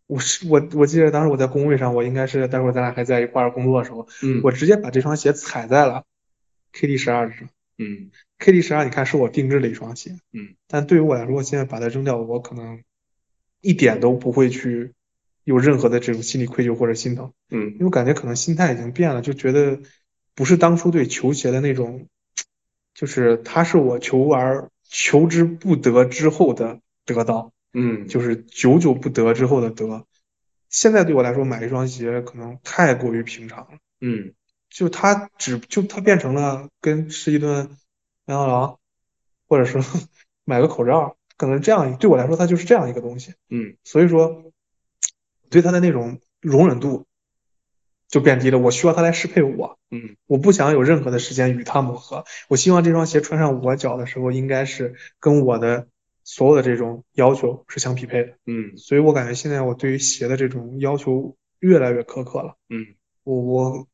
[SPEAKER 1] 我是我我记得当时我在工位上，我应该是待会儿咱俩还在一块儿工作的时候，
[SPEAKER 2] 嗯，
[SPEAKER 1] 我直接把这双鞋踩在了 KD 十二上。
[SPEAKER 2] 嗯
[SPEAKER 1] KD 十二，你看是我定制的一双鞋，
[SPEAKER 2] 嗯，
[SPEAKER 1] 但对于我来说，我现在把它扔掉，我可能一点都不会去有任何的这种心理愧疚或者心疼，因
[SPEAKER 2] 嗯
[SPEAKER 1] 为我感觉可能心态已经变了，就觉得不是当初对球鞋的那种，就是它是我求而求之不得之后的得到，
[SPEAKER 2] 嗯，
[SPEAKER 1] 就是久久不得之后的得。现在对我来说，买一双鞋可能太过于平常了。
[SPEAKER 2] 嗯
[SPEAKER 1] 就它只就它变成了跟吃一顿麦当劳，或者说 买个口罩，可能这样对我来说它就是这样一个东西，
[SPEAKER 2] 嗯
[SPEAKER 1] 所以说对它的那种容忍度就变低了。我需要它来适配我，
[SPEAKER 2] 嗯
[SPEAKER 1] 我不想有任何的时间与它磨合。我希望这双鞋穿上我脚的时候，应该是跟我的所有的这种要求是相匹配的。
[SPEAKER 2] 嗯
[SPEAKER 1] 所以我感觉现在我对于鞋的这种要求越来越苛刻了。
[SPEAKER 2] 嗯
[SPEAKER 1] 我我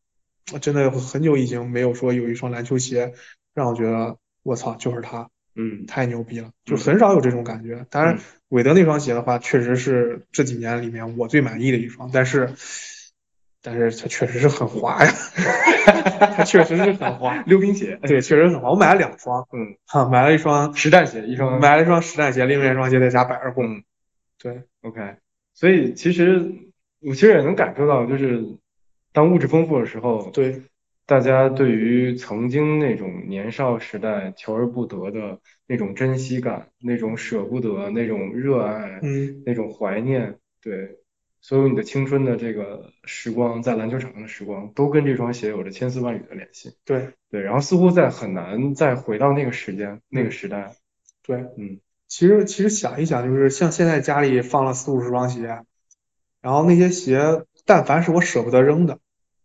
[SPEAKER 1] 我真的很久已经没有说有一双篮球鞋让我觉得我操就是它，
[SPEAKER 2] 嗯
[SPEAKER 1] 太牛逼了，就很少有这种感觉。当然
[SPEAKER 2] 嗯，
[SPEAKER 1] 韦德那双鞋的话，确实是这几年里面我最满意的一双，但是但是它确实是很滑 呀，它确实是很滑，
[SPEAKER 2] 溜冰鞋，
[SPEAKER 1] 对，确实很滑。我买了两双，
[SPEAKER 2] 嗯，
[SPEAKER 1] 哈，买了一双，
[SPEAKER 2] 实战鞋，一双。
[SPEAKER 1] 买了一双实战鞋，另外一双鞋在家摆着
[SPEAKER 2] 嗯
[SPEAKER 1] 供。对，
[SPEAKER 2] OK，所以其实我其实也能感受到，就是当物质丰富的时候，
[SPEAKER 1] 对，
[SPEAKER 2] 大家对于曾经那种年少时代求而不得的那种珍惜感、那种舍不得、那种热爱、
[SPEAKER 1] 嗯
[SPEAKER 2] 那种怀念，对，所有你的青春的这个时光，在篮球场上的时光，都跟这双鞋有着千丝万缕的联系。
[SPEAKER 1] 对
[SPEAKER 2] 对，然后似乎在很难再回到那个时间、那个时代。
[SPEAKER 1] 对，
[SPEAKER 2] 嗯，
[SPEAKER 1] 其实其实想一想，就是像现在家里放了四五十双鞋，啊然后那些鞋，但凡是我舍不得扔的，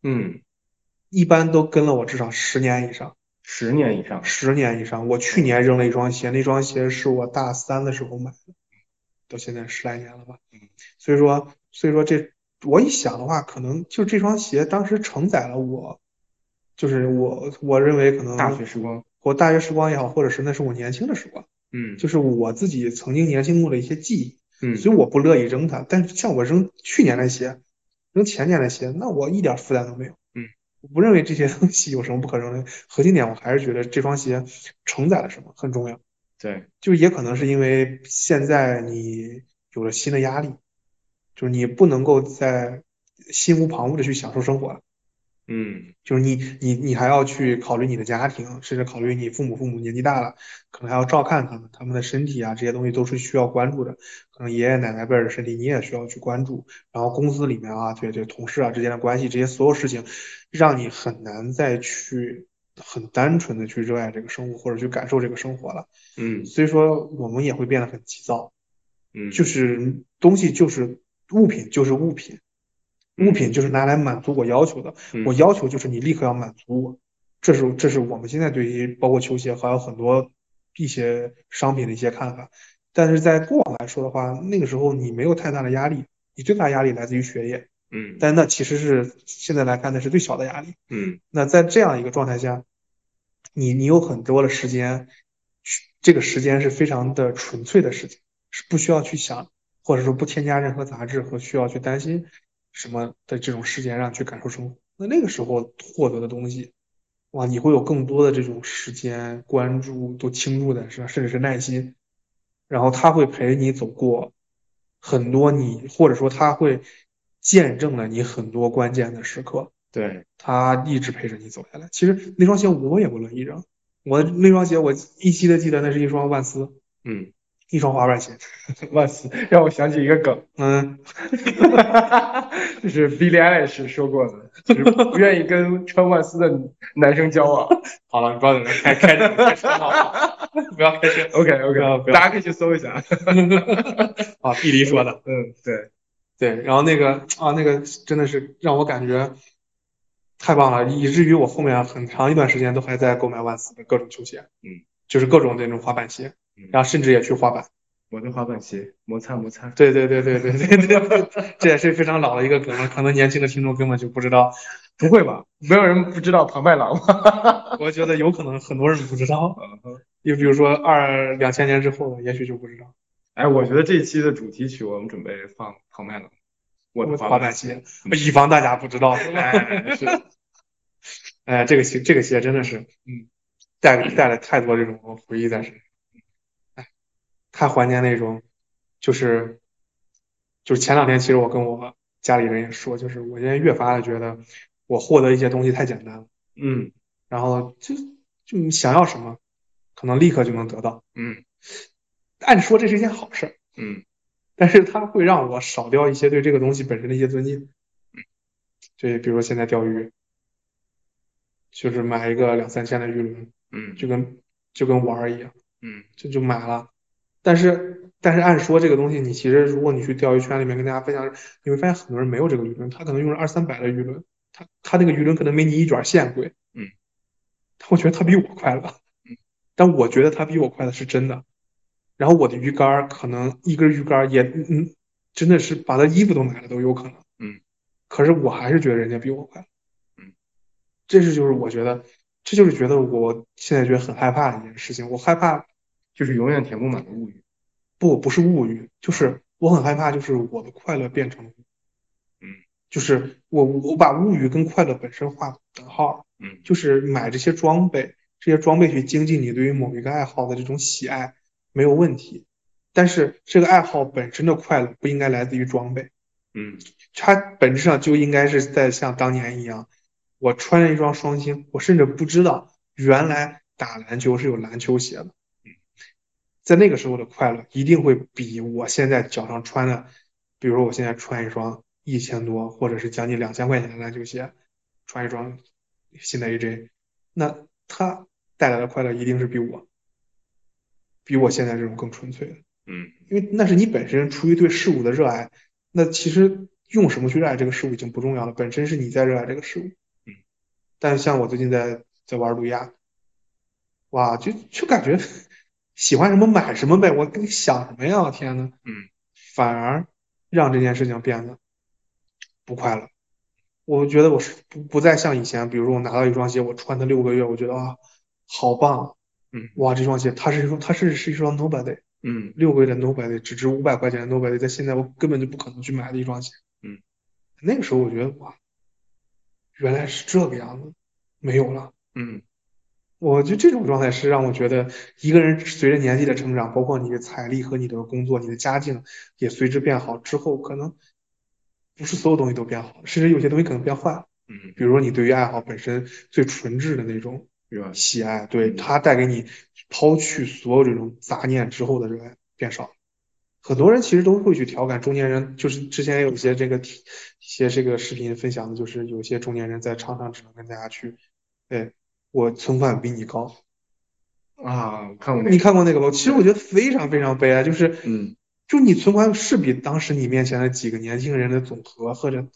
[SPEAKER 2] 嗯，
[SPEAKER 1] 一般都跟了我至少十年以上，
[SPEAKER 2] 十年以上。
[SPEAKER 1] 十年以上。我去年扔了一双鞋，那双鞋是我大三的时候买的，到现在十来年了吧。
[SPEAKER 2] 嗯
[SPEAKER 1] 所以说，所以说这我一想的话，可能就这双鞋当时承载了我，就是我我认为可能
[SPEAKER 2] 大学时光。
[SPEAKER 1] 我大学时光也好，或者是那是我年轻的时光，
[SPEAKER 2] 嗯，
[SPEAKER 1] 就是我自己曾经年轻过的一些记忆。
[SPEAKER 2] 嗯，
[SPEAKER 1] 所以我不乐意扔它。但是像我扔去年的鞋，扔前年的鞋，那我一点负担都没有。
[SPEAKER 2] 嗯，
[SPEAKER 1] 我不认为这些 东西有什么不可扔的。核心点，我还是觉得这双鞋承载了什么很重要。
[SPEAKER 2] 对，
[SPEAKER 1] 就也可能是因为现在你有了新的压力，就是你不能够再心无旁骛的去享受生活了。
[SPEAKER 2] 嗯，
[SPEAKER 1] 就是你你你还要去考虑你的家庭，甚至考虑你父母，父母年纪大了，可能还要照看他们，他们的身体啊这些东西都是需要关注的。可能爷爷奶奶辈儿的身体你也需要去关注。然后公司里面啊，对对，同事啊之间的关系，这些所有事情，让你很难再去很单纯的去热爱这个生活或者去感受这个生活了。
[SPEAKER 2] 嗯，
[SPEAKER 1] 所以说我们也会变得很急躁，
[SPEAKER 2] 嗯，
[SPEAKER 1] 就是东西就是物品就是物品，物品就是拿来满足我要求的。
[SPEAKER 2] 嗯
[SPEAKER 1] 我要求就是你立刻要满足我，这是这是我们现在对于包括球鞋还有很多一些商品的一些看法。但是在过往来说的话，那个时候你没有太大的压力，你最大压力来自于学业，
[SPEAKER 2] 嗯，
[SPEAKER 1] 但那其实是现在来看那是最小的压力。
[SPEAKER 2] 嗯，
[SPEAKER 1] 那在这样一个状态下，你你有很多的时间，去这个时间是非常的纯粹的时间，是不需要去想，或者说不添加任何杂质和需要去担心什么的这种时间，让你去感受生活。那那个时候获得的东西，哇，你会有更多的这种时间、关注、都倾注在身上，甚至是耐心，然后他会陪你走过很多你，或者说他会见证了你很多关键的时刻。
[SPEAKER 2] 对，
[SPEAKER 1] 他一直陪着你走下来。其实那双鞋我也不乐意扔，我那双鞋我依稀的记得那是一双万斯，
[SPEAKER 2] 嗯，
[SPEAKER 1] 一双滑板鞋。
[SPEAKER 2] 万斯让我想起一个梗，
[SPEAKER 1] 嗯，
[SPEAKER 2] 就是 Billie Eilish 说过的，就是不愿意跟穿万斯的男生交往。
[SPEAKER 1] 好了，你不要在那开开开车了，不要开车
[SPEAKER 2] OK OK，
[SPEAKER 1] 不要
[SPEAKER 2] 大家可以去搜一下。
[SPEAKER 1] 啊！碧梨说的
[SPEAKER 2] 嗯，对，
[SPEAKER 1] 对，然后那个啊，那个真的是让我感觉太棒了，以至于我后面很长一段时间都还在购买万斯的各种球鞋，
[SPEAKER 2] 嗯，
[SPEAKER 1] 就是各种那种滑板鞋
[SPEAKER 2] 嗯，
[SPEAKER 1] 然后甚至也去滑板。
[SPEAKER 2] 我的滑板鞋摩擦摩擦。
[SPEAKER 1] 对对对对对对对， 这也是非常老的一个梗了，可能年轻的听众根本就不知道。
[SPEAKER 2] 不会吧？没有人不知道庞麦郎吧？
[SPEAKER 1] 我觉得有可能很多人不知道，
[SPEAKER 2] 嗯
[SPEAKER 1] 就比如说二两千年之后的，也许就不知道。
[SPEAKER 2] 哎，我觉得这一期的主题曲我们准备放庞麦郎，我的嗯
[SPEAKER 1] 滑
[SPEAKER 2] 板
[SPEAKER 1] 板鞋，以防大家不知道，是吧？
[SPEAKER 2] 哎，是，
[SPEAKER 1] 哎，这个鞋，这个鞋真的是，嗯，带带了太多这种回忆在身上，哎，太怀念那种，就是，就是前两天其实我跟我家里人也说，就是我现在越发的觉得我获得一些东西太简单了，
[SPEAKER 2] 嗯
[SPEAKER 1] 然后就就你想要什么，可能立刻就能得到。
[SPEAKER 2] 嗯
[SPEAKER 1] 按说这是一件好事儿。
[SPEAKER 2] 嗯
[SPEAKER 1] 但是它会让我少掉一些对这个东西本身的一些尊敬。对，比如说现在钓鱼，就是买一个两三千的鱼轮，
[SPEAKER 2] 嗯
[SPEAKER 1] 就跟就跟玩儿一样，
[SPEAKER 2] 嗯
[SPEAKER 1] 这就买了。但是但是按说这个东西，你其实如果你去钓鱼圈里面跟大家分享，你会发现很多人没有这个鱼轮，他可能用了二三百的鱼轮，他他那个鱼轮可能没你一卷线贵。
[SPEAKER 2] 嗯，
[SPEAKER 1] 但我觉得他比我快乐。
[SPEAKER 2] 嗯，
[SPEAKER 1] 但我觉得他比我快乐是真的。然后我的鱼竿儿可能一根鱼竿儿也嗯，真的是把他衣服都买了都有可能。
[SPEAKER 2] 嗯，
[SPEAKER 1] 可是我还是觉得人家比我快。
[SPEAKER 2] 嗯，
[SPEAKER 1] 这是就是我觉得，这就是觉得我现在觉得很害怕的一件事情。我害怕
[SPEAKER 2] 就是永远填不满的物语。
[SPEAKER 1] 不不是物欲，就是我很害怕，就是我的快乐变成，
[SPEAKER 2] 嗯，
[SPEAKER 1] 就是我我把物欲跟快乐本身画等号，
[SPEAKER 2] 嗯
[SPEAKER 1] 就是买这些装备，这些装备去经济你对于某一个爱好的这种喜爱没有问题，但是这个爱好本身的快乐不应该来自于装备，
[SPEAKER 2] 嗯
[SPEAKER 1] 它本质上就应该是在像当年一样，我穿着一双双星，我甚至不知道原来打篮球是有篮球鞋的，嗯在那个时候的快乐一定会比我现在脚上穿的，比如说我现在穿一双一千多或者是将近两千块钱的篮球鞋，穿一双新的 AJ，那它带来的快乐一定是比我比我现在这种更纯粹的，
[SPEAKER 3] 嗯，
[SPEAKER 1] 因为那是你本身出于对事物的热爱，那其实用什么去热爱这个事物已经不重要了，本身是你在热爱这个事物。
[SPEAKER 3] 嗯，
[SPEAKER 1] 但是像我最近在在玩路亚，哇，就就感觉喜欢什么买什么呗，我跟想什么呀？我天呐，
[SPEAKER 3] 嗯，
[SPEAKER 1] 反而让这件事情变得不快乐。我觉得我是不不再像以前，比如说我拿到一双鞋，我穿它六个月，我觉得啊，好棒，
[SPEAKER 3] 嗯
[SPEAKER 1] 哇，这双鞋它是一双，它甚至是一双 Nobody
[SPEAKER 3] 嗯
[SPEAKER 1] 六个月的 Nobody，只值五百块钱的 Nobody，在现在我根本就不可能去买的一双鞋。
[SPEAKER 3] 嗯，
[SPEAKER 1] 那个时候我觉得哇，原来是这个样子，没有了。
[SPEAKER 3] 嗯
[SPEAKER 1] 我觉得这种状态是让我觉得一个人随着年纪的成长，包括你的财力和你的工作、你的家境也随之变好之后，可能不是所有东西都变好，甚至有些东西可能变坏了。
[SPEAKER 3] 嗯，
[SPEAKER 1] 比如说你对于爱好本身最纯挚的那种
[SPEAKER 3] 热爱，
[SPEAKER 1] 喜爱，对
[SPEAKER 3] 嗯
[SPEAKER 1] 它带给你抛去所有这种杂念之后的热爱变少了。很多人其实都会去调侃中年人，就是之前有一些这个体一些这个视频分享的，就是有些中年人在场上只能跟大家去，哎，我存款比你高，
[SPEAKER 2] 啊，我看过那
[SPEAKER 1] 你
[SPEAKER 2] 个，
[SPEAKER 1] 看过那个吗？其实我觉得非常非常悲哀，就是
[SPEAKER 3] 嗯
[SPEAKER 1] 就你存款是比当时你面前的几个年轻人的总和，或者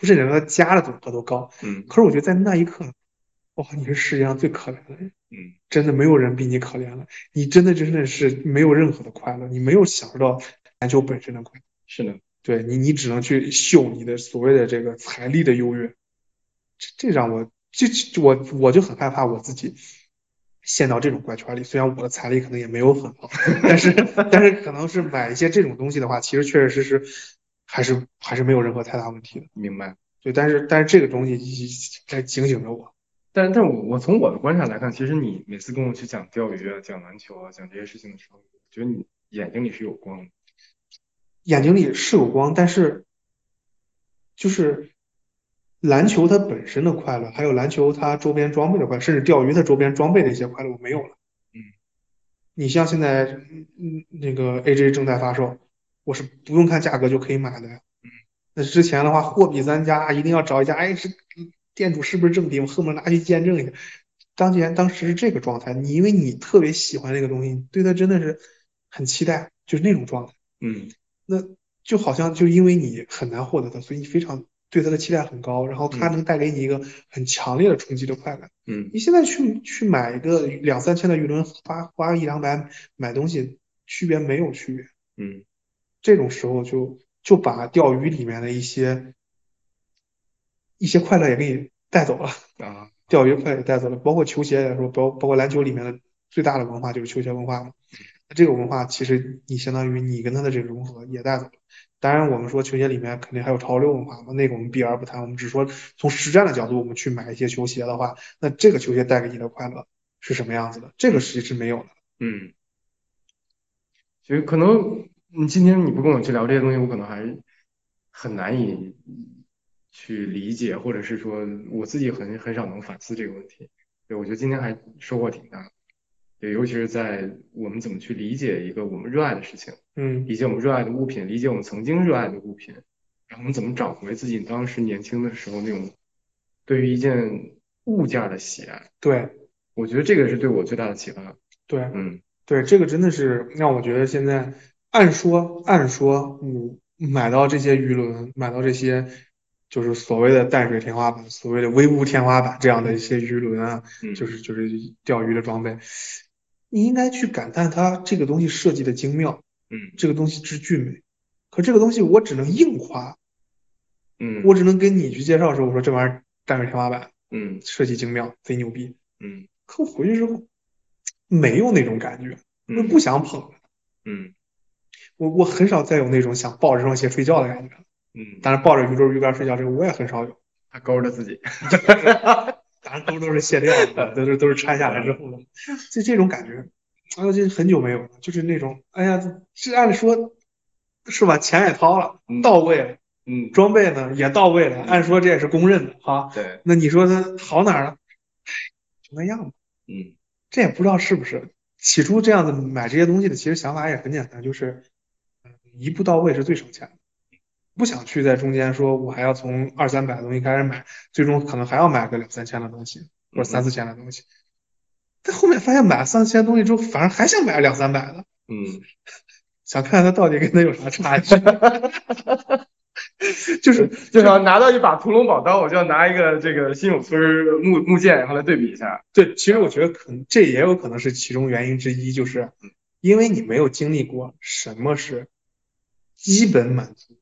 [SPEAKER 1] 甚至他家的总和都高。
[SPEAKER 3] 嗯
[SPEAKER 1] 可是我觉得在那一刻，哇，你是世界上最可怜的人，
[SPEAKER 3] 嗯
[SPEAKER 1] 真的没有人比你可怜了，你真的真的是没有任何的快乐，你没有享受到篮球本身的快乐，
[SPEAKER 2] 是的，
[SPEAKER 1] 对你，你只能去秀你的所谓的这个财力的优越，这这让我这这我我就很害怕我自己陷到这种怪圈里。虽然我的财力可能也没有很好， 但是但是可能是买一些这种东西的话，其实确确实实还是还是没有任何太大问题的。
[SPEAKER 2] 明白。
[SPEAKER 1] 对，但是但是这个东西一直在警醒着我。
[SPEAKER 2] 但但我我从我的观察来看，其实你每次跟我去讲钓鱼啊、讲篮球啊、讲这些事情的时候，我觉得你眼睛里是有光的。
[SPEAKER 1] 眼睛里是有光，但是就是篮球它本身的快乐，还有篮球它周边装备的快乐，甚至钓鱼它周边装备的一些快乐，我没有了。
[SPEAKER 3] 嗯，
[SPEAKER 1] 你像现在嗯嗯那个 AJ 正在发售，我是不用看价格就可以买的呀。
[SPEAKER 3] 嗯，
[SPEAKER 1] 那之前的话货比三家，一定要找一家，哎，是店主是不是正品？我恨不得拿去见证一下。当前当时是这个状态，你因为你特别喜欢这个东西，你对它真的是很期待，就是那种状态。
[SPEAKER 3] 嗯
[SPEAKER 1] 那就好像就因为你很难获得它，所以你非常对它的期待很高，然后它能带给你一个很强烈的冲击的快感。
[SPEAKER 3] 嗯
[SPEAKER 1] 你现在去去买一个两三千的鱼轮，花花一两百买东西，区别没有区别。
[SPEAKER 3] 嗯
[SPEAKER 1] 这种时候就就把钓鱼里面的一些一些快乐也给你带走了，
[SPEAKER 3] 啊，
[SPEAKER 1] 钓鱼快乐也带走了，包括球鞋来说，包包括篮球里面的最大的文化就是球鞋文化嘛。那这个文化其实你相当于你跟它的这个融合也带走了。当然，我们说球鞋里面肯定还有潮流文化嘛，那个我们避而不谈。我们只说从实战的角度，我们去买一些球鞋的话，那这个球鞋带给你的快乐是什么样子的？这个其实是没有的。
[SPEAKER 3] 嗯
[SPEAKER 2] 其实可能你今天你不跟我去聊这些东西，我可能还很难以去理解，或者是说我自己很很少能反思这个问题。对，我觉得今天还收获挺大的，对，尤其是在我们怎么去理解一个我们热爱的事情。
[SPEAKER 1] 嗯
[SPEAKER 2] 理解我们热爱的物品，理解我们曾经热爱的物品，然后我们怎么找回自己当时年轻的时候那种对于一件物件儿的喜爱。
[SPEAKER 1] 对
[SPEAKER 2] 我觉得这个是对我最大的启发。
[SPEAKER 1] 对。
[SPEAKER 2] 嗯
[SPEAKER 1] 对，这个真的是让我觉得现在，按说按说，嗯，买到这些鱼轮，买到这些就是所谓的淡水天花板，所谓的微物天花板这样的一些鱼轮啊，
[SPEAKER 3] 嗯，
[SPEAKER 1] 就是就是钓鱼的装备，你应该去感叹它这个东西设计的精妙，
[SPEAKER 3] 嗯
[SPEAKER 1] 这个东西之俊美。可这个东西我只能硬夸，
[SPEAKER 3] 嗯
[SPEAKER 1] 我只能跟你去介绍说，我说这玩意儿淡水天花板
[SPEAKER 3] 嗯
[SPEAKER 1] 设计精妙，贼牛逼。
[SPEAKER 3] 嗯
[SPEAKER 1] 可我回去之后没有那种感觉，我
[SPEAKER 3] 嗯
[SPEAKER 1] 不想捧。
[SPEAKER 3] 嗯
[SPEAKER 1] 我我很少再有那种想抱着这双鞋睡觉的感觉了。
[SPEAKER 3] 嗯，
[SPEAKER 1] 当然，抱着鱼钩鱼竿睡觉这个我也很少有。
[SPEAKER 2] 他勾着自己。
[SPEAKER 1] 当然，都都是卸掉的，都是都是拆下来之后的。就这种感觉，啊，这很久没有了，就是那种，哎呀，这按说是吧，钱也掏了，
[SPEAKER 3] 嗯
[SPEAKER 1] 到位了，
[SPEAKER 3] 嗯
[SPEAKER 1] 装备呢也到位了，按说这也是公认的哈。
[SPEAKER 3] 对，
[SPEAKER 1] 那你说它好哪儿呢？唉就那样吧，
[SPEAKER 3] 嗯
[SPEAKER 1] 这也不知道是不是。起初这样子买这些东西的，其实想法也很简单，就是嗯一步到位是最省钱的。不想去在中间说，我还要从二三百的东西开始买，最终可能还要买个两三千的东西，或者三四千的东西。但后面发现买了三四千东西之后，反而还想买两三百的，
[SPEAKER 3] 嗯
[SPEAKER 1] 想看看它到底跟它有啥差距。 就是
[SPEAKER 2] 就想拿到一把屠龙宝刀，我就要拿一个这个新手村儿木木剑，然后来对比一下。
[SPEAKER 1] 对，其实我觉得可能这也有可能是其中原因之一，就是因为你没有经历过什么是基本满足。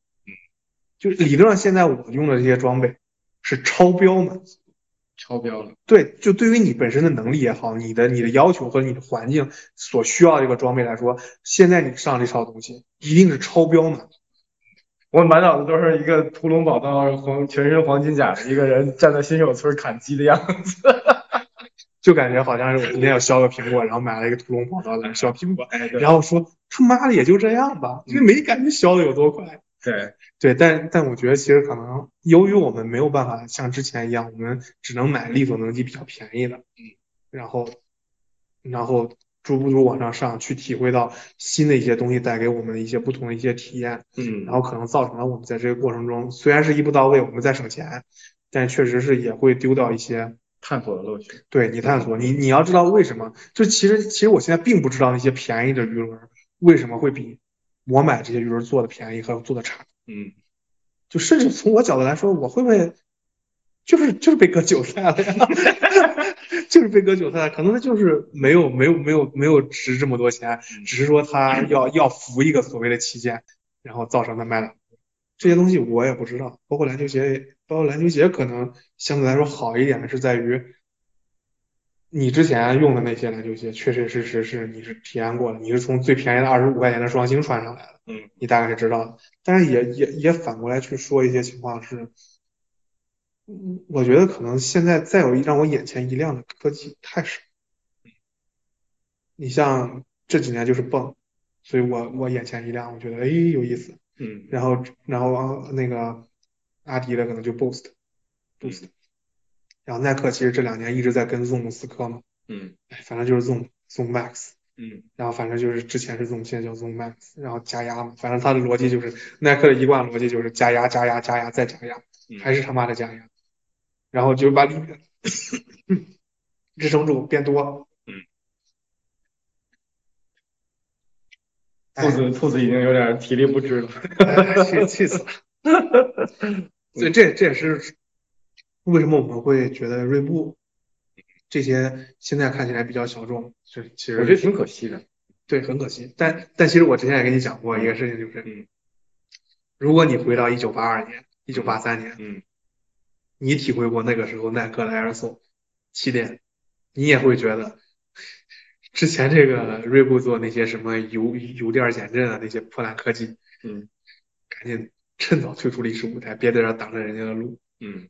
[SPEAKER 1] 就是理论上现在我用的这些装备是超标满足。
[SPEAKER 2] 超标了，
[SPEAKER 1] 对，就对于你本身的能力也好，你的你的要求和你的环境所需要的这个装备来说，现在你上这套东西一定是超标满足。
[SPEAKER 2] 我满脑子都是一个屠龙宝刀，黄全身黄金甲的一个人站在新手村砍鸡的样 子。
[SPEAKER 1] 就感觉好像是我今天要削个苹果，然后买了一个屠龙宝刀在那削苹果，
[SPEAKER 2] 哎，对
[SPEAKER 1] 然后说他妈的也就这样吧，因为没感觉削的有多快。
[SPEAKER 2] 对，
[SPEAKER 1] 对，但但我觉得其实可能由于我们没有办法像之前一样，我们只能买力所能及比较便宜的，嗯，然后然后逐步逐步往上上，去体会到新的一些东西带给我们的一些不同的一些体验，
[SPEAKER 3] 嗯
[SPEAKER 1] 然后可能造成了我们在这个过程中虽然是一步到位，我们在省钱，但确实是也会丢掉一些
[SPEAKER 2] 探索的乐趣。
[SPEAKER 1] 对你探索，你你要知道为什么，就其实其实我现在并不知道那些便宜的鱼轮为什么会比我买这些鱼轮做的便宜和做的差。
[SPEAKER 3] 嗯
[SPEAKER 1] 就甚至从我角度来说，我会不会就是就是被割韭菜了呀？ 就是被割韭菜，可能他就是没有没有没有没有值这么多钱，只是说他要要服一个所谓的旗舰，然后造成他卖了这些东西我也不知道。包括篮球鞋，包括篮球鞋可能相对来说好一点的是在于。你之前用的那些篮球鞋，确确实实是你是体验过的，你是从最便宜的二十五块钱的双星穿上来的，
[SPEAKER 3] 嗯，
[SPEAKER 1] 你大概是知道的。但是也也也反过来去说一些情况是，嗯，我觉得可能现在再有一让我眼前一亮的科技太少。你像这几年就是泵，所以我我眼前一亮，我觉得哎有意思。
[SPEAKER 3] 嗯
[SPEAKER 1] 然后然后呃那个阿迪的可能就 Boost，Boost，然后耐克其实这两年一直在跟 Zoom 死磕嘛，
[SPEAKER 3] 嗯
[SPEAKER 1] 哎，反正就是 Zoom Zoom Max。
[SPEAKER 3] 嗯
[SPEAKER 1] 然后反正就是之前是 Zoom，现在叫 Zoom Max，然后加压嘛，反正它的逻辑就是耐克的一贯逻辑就是加压加压加压再加压，
[SPEAKER 3] 嗯
[SPEAKER 1] 还是他妈的加压，然后就把里面支撑住变多，
[SPEAKER 3] 嗯，
[SPEAKER 2] 兔
[SPEAKER 3] 哎
[SPEAKER 2] 子兔子已经有点体力不支了。
[SPEAKER 1] 哎，气气 死了。所以这这也是为什么我们会觉得锐步这些现在看起来比较小众，就是其实
[SPEAKER 2] 我觉得挺可惜的。
[SPEAKER 1] 对，很可惜。但但其实我之前也跟你讲过一个事情，就是，
[SPEAKER 3] 嗯
[SPEAKER 1] 如果你回到一九八二年、一九八三年，
[SPEAKER 3] 嗯
[SPEAKER 1] 你体会过那个时候耐克的 Air Sole 气垫，你也会觉得之前这个锐步做那些什么油油垫减震啊，那些破烂科技，
[SPEAKER 3] 嗯，
[SPEAKER 1] 赶紧趁早退出历史舞台，别在这儿挡着人家的路。
[SPEAKER 3] 嗯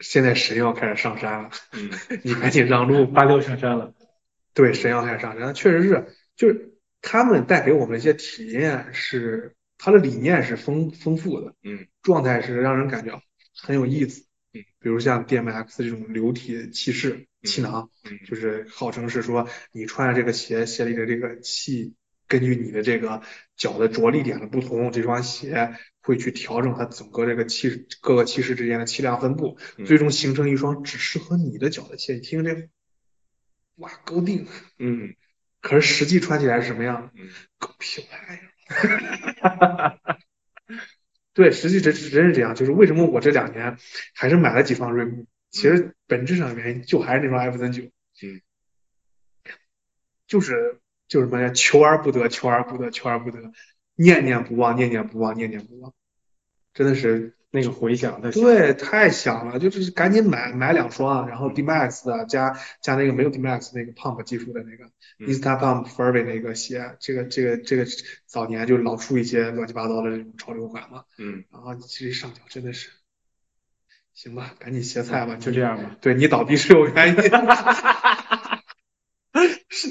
[SPEAKER 1] 现在神要开始上山了，
[SPEAKER 3] 嗯
[SPEAKER 1] 你赶紧让路吧。
[SPEAKER 2] 八六上山了，
[SPEAKER 1] 对，神要开始上山，确实是，就是他们带给我们的一些体验是，他的理念是丰丰富的，
[SPEAKER 3] 嗯，
[SPEAKER 1] 状态是让人感觉很有意思，
[SPEAKER 3] 嗯，
[SPEAKER 1] 比如像 DMX 这种流体气势气囊，
[SPEAKER 3] 嗯
[SPEAKER 1] 就是号称是说你穿着这个鞋，鞋里的这个气，根据你的这个脚的着力点的不同，这双鞋会去调整它整个这个气各个气势之间的气量分布，
[SPEAKER 3] 嗯
[SPEAKER 1] 最终形成一双只适合你的脚的鞋。你听这个，哇，高定！
[SPEAKER 3] 嗯
[SPEAKER 1] 可是实际穿起来是什么样？
[SPEAKER 3] 嗯
[SPEAKER 1] 狗屁玩意儿！ 对，实际真真是这样。就是为什么我这两年还是买了几双锐步，其实本质上的原因就还是那双艾弗森九。
[SPEAKER 3] 嗯，
[SPEAKER 1] 就是就是什么呀？求而不得，求而不得，求而不得，念念不忘，念念不忘，念念不忘，真的是
[SPEAKER 2] 那个回响在。
[SPEAKER 1] 对，太响了，就是赶紧买买两双，然后 D Max 的加加那个没有 D Max 那个 Pump 技术的那个
[SPEAKER 3] 嗯
[SPEAKER 1] Insta Pump Furby 那个鞋，这个这个这个早年就老出一些乱七八糟的这种潮流款嘛，
[SPEAKER 3] 嗯
[SPEAKER 1] 然后其实上脚真的是，行吧，赶紧歇菜吧，
[SPEAKER 2] 就这样吧。
[SPEAKER 1] 对你倒闭是有原 因的，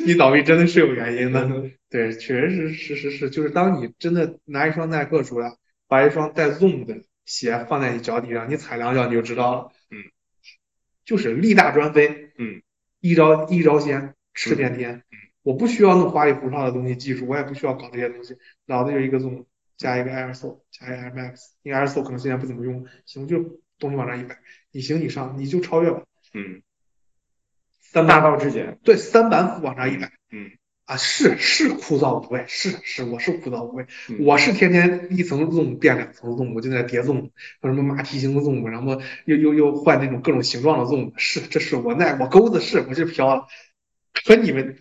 [SPEAKER 1] 你倒闭真的是有原因的。对，确实是是是是，就是当你真的拿一双耐克出来，把一双带 Zoom 的鞋放在你脚底上，你踩两脚你就知道了。
[SPEAKER 3] 嗯，
[SPEAKER 1] 就是力大专飞，
[SPEAKER 3] 嗯，
[SPEAKER 1] 一招一招鲜，吃遍天。我不需要弄花里胡哨的东西技术，我也不需要搞这些东西，脑子就一个 Zoom 加一个 Airflow 加一个 MX，因为 Airflow 可能现在不怎么用，行就东西往那一摆，你行你上，你就超越吧。
[SPEAKER 3] 嗯
[SPEAKER 1] 三
[SPEAKER 2] 大
[SPEAKER 1] 板
[SPEAKER 2] 道至简，
[SPEAKER 1] 对三板斧往那一摆
[SPEAKER 3] 嗯
[SPEAKER 1] 啊，是是枯燥无味，是是我是枯燥无味，
[SPEAKER 3] 嗯
[SPEAKER 1] 我是天天一层 Zoom 变两层 Zoom，我就在叠 Zoom，什么马蹄形 Zoom，然后又又又换那种各种形状的 Zoom，是这是我那我钩子是我就飘了，可你们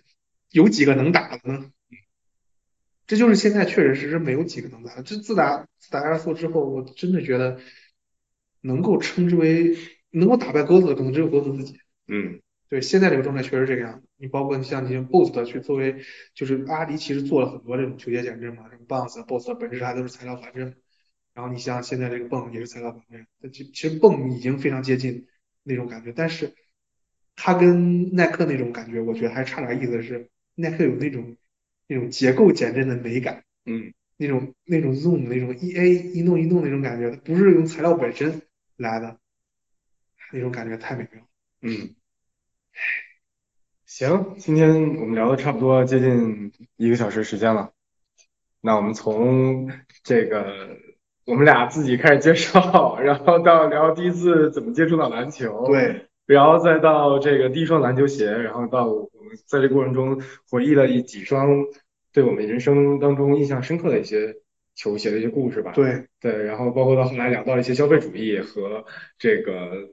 [SPEAKER 1] 有几个能打的呢？这就是现在确实是没有几个能打的。这自打自打 Air 之后，我真的觉得能够称之为能够打败钩子的，可能只有钩子自己。
[SPEAKER 3] 嗯
[SPEAKER 1] 对，现在这个状态确实这个样子。你包括你像你像 Boost 去作为，就是阿迪其实做了很多这种球鞋减震嘛，什么 Bounce、Boost 本质它都是材料反震。然后你像现在这个泵也是材料反震，但其其实泵已经非常接近那种感觉，但是它跟耐克那种感觉，我觉得还差点意思是，耐克有那种那种结构减震的美感，
[SPEAKER 3] 嗯
[SPEAKER 1] 那种那种 zoom 那种一 A 一弄一弄那种感觉，它不是用材料本身来的，那种感觉太美妙了。
[SPEAKER 3] 嗯
[SPEAKER 2] 行，今天我们聊的差不多接近一个小时时间了，那我们从这个我们俩自己开始介绍，然后到聊第一次怎么接触到篮球，
[SPEAKER 1] 对，
[SPEAKER 2] 然后再到这个第一双篮球鞋，然后到我们在这过程中回忆了一几双对我们人生当中印象深刻的一些球鞋的一些故事吧。
[SPEAKER 1] 对。
[SPEAKER 2] 对，然后包括到后来聊到一些消费主义和这个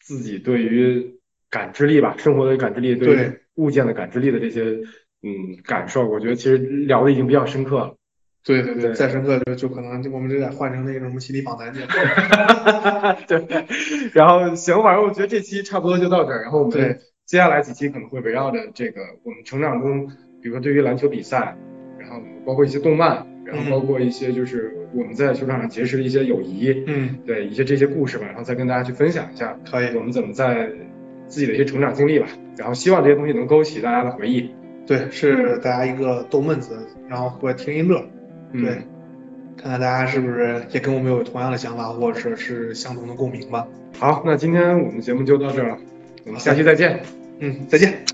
[SPEAKER 2] 自己对于感知力吧，生活的感知力，对于
[SPEAKER 1] 对
[SPEAKER 2] 物件的感知力的这些嗯感受，我觉得其实聊的已经比较深刻了。
[SPEAKER 1] 对对对，
[SPEAKER 2] 对
[SPEAKER 1] 再深刻就就可能就我们就得换成那种什么心理访谈节目。
[SPEAKER 2] 对，然后行，反正我觉得这期差不多就到这儿，然后我们
[SPEAKER 1] 对
[SPEAKER 2] 接下来几期可能会围绕着这个我们成长中，比如说对于篮球比赛，然后包括一些动漫，然后包括一些就是我们在球场上结识的一些友谊，
[SPEAKER 1] 嗯，
[SPEAKER 2] 对一些这些故事吧，然后再跟大家去分享一下。
[SPEAKER 1] 可以，
[SPEAKER 2] 我们怎么在自己的一些成长经历吧，然后希望这些东西能勾起大家的回忆。
[SPEAKER 1] 对，是大家一个逗闷子，然后或者听一乐，
[SPEAKER 2] 嗯
[SPEAKER 1] 对，看看大家是不是也跟我们有同样的想法，或者是是相同的共鸣吧。
[SPEAKER 2] 好，那今天我们节目就到这儿了，我们下期再见。
[SPEAKER 1] 嗯，再见。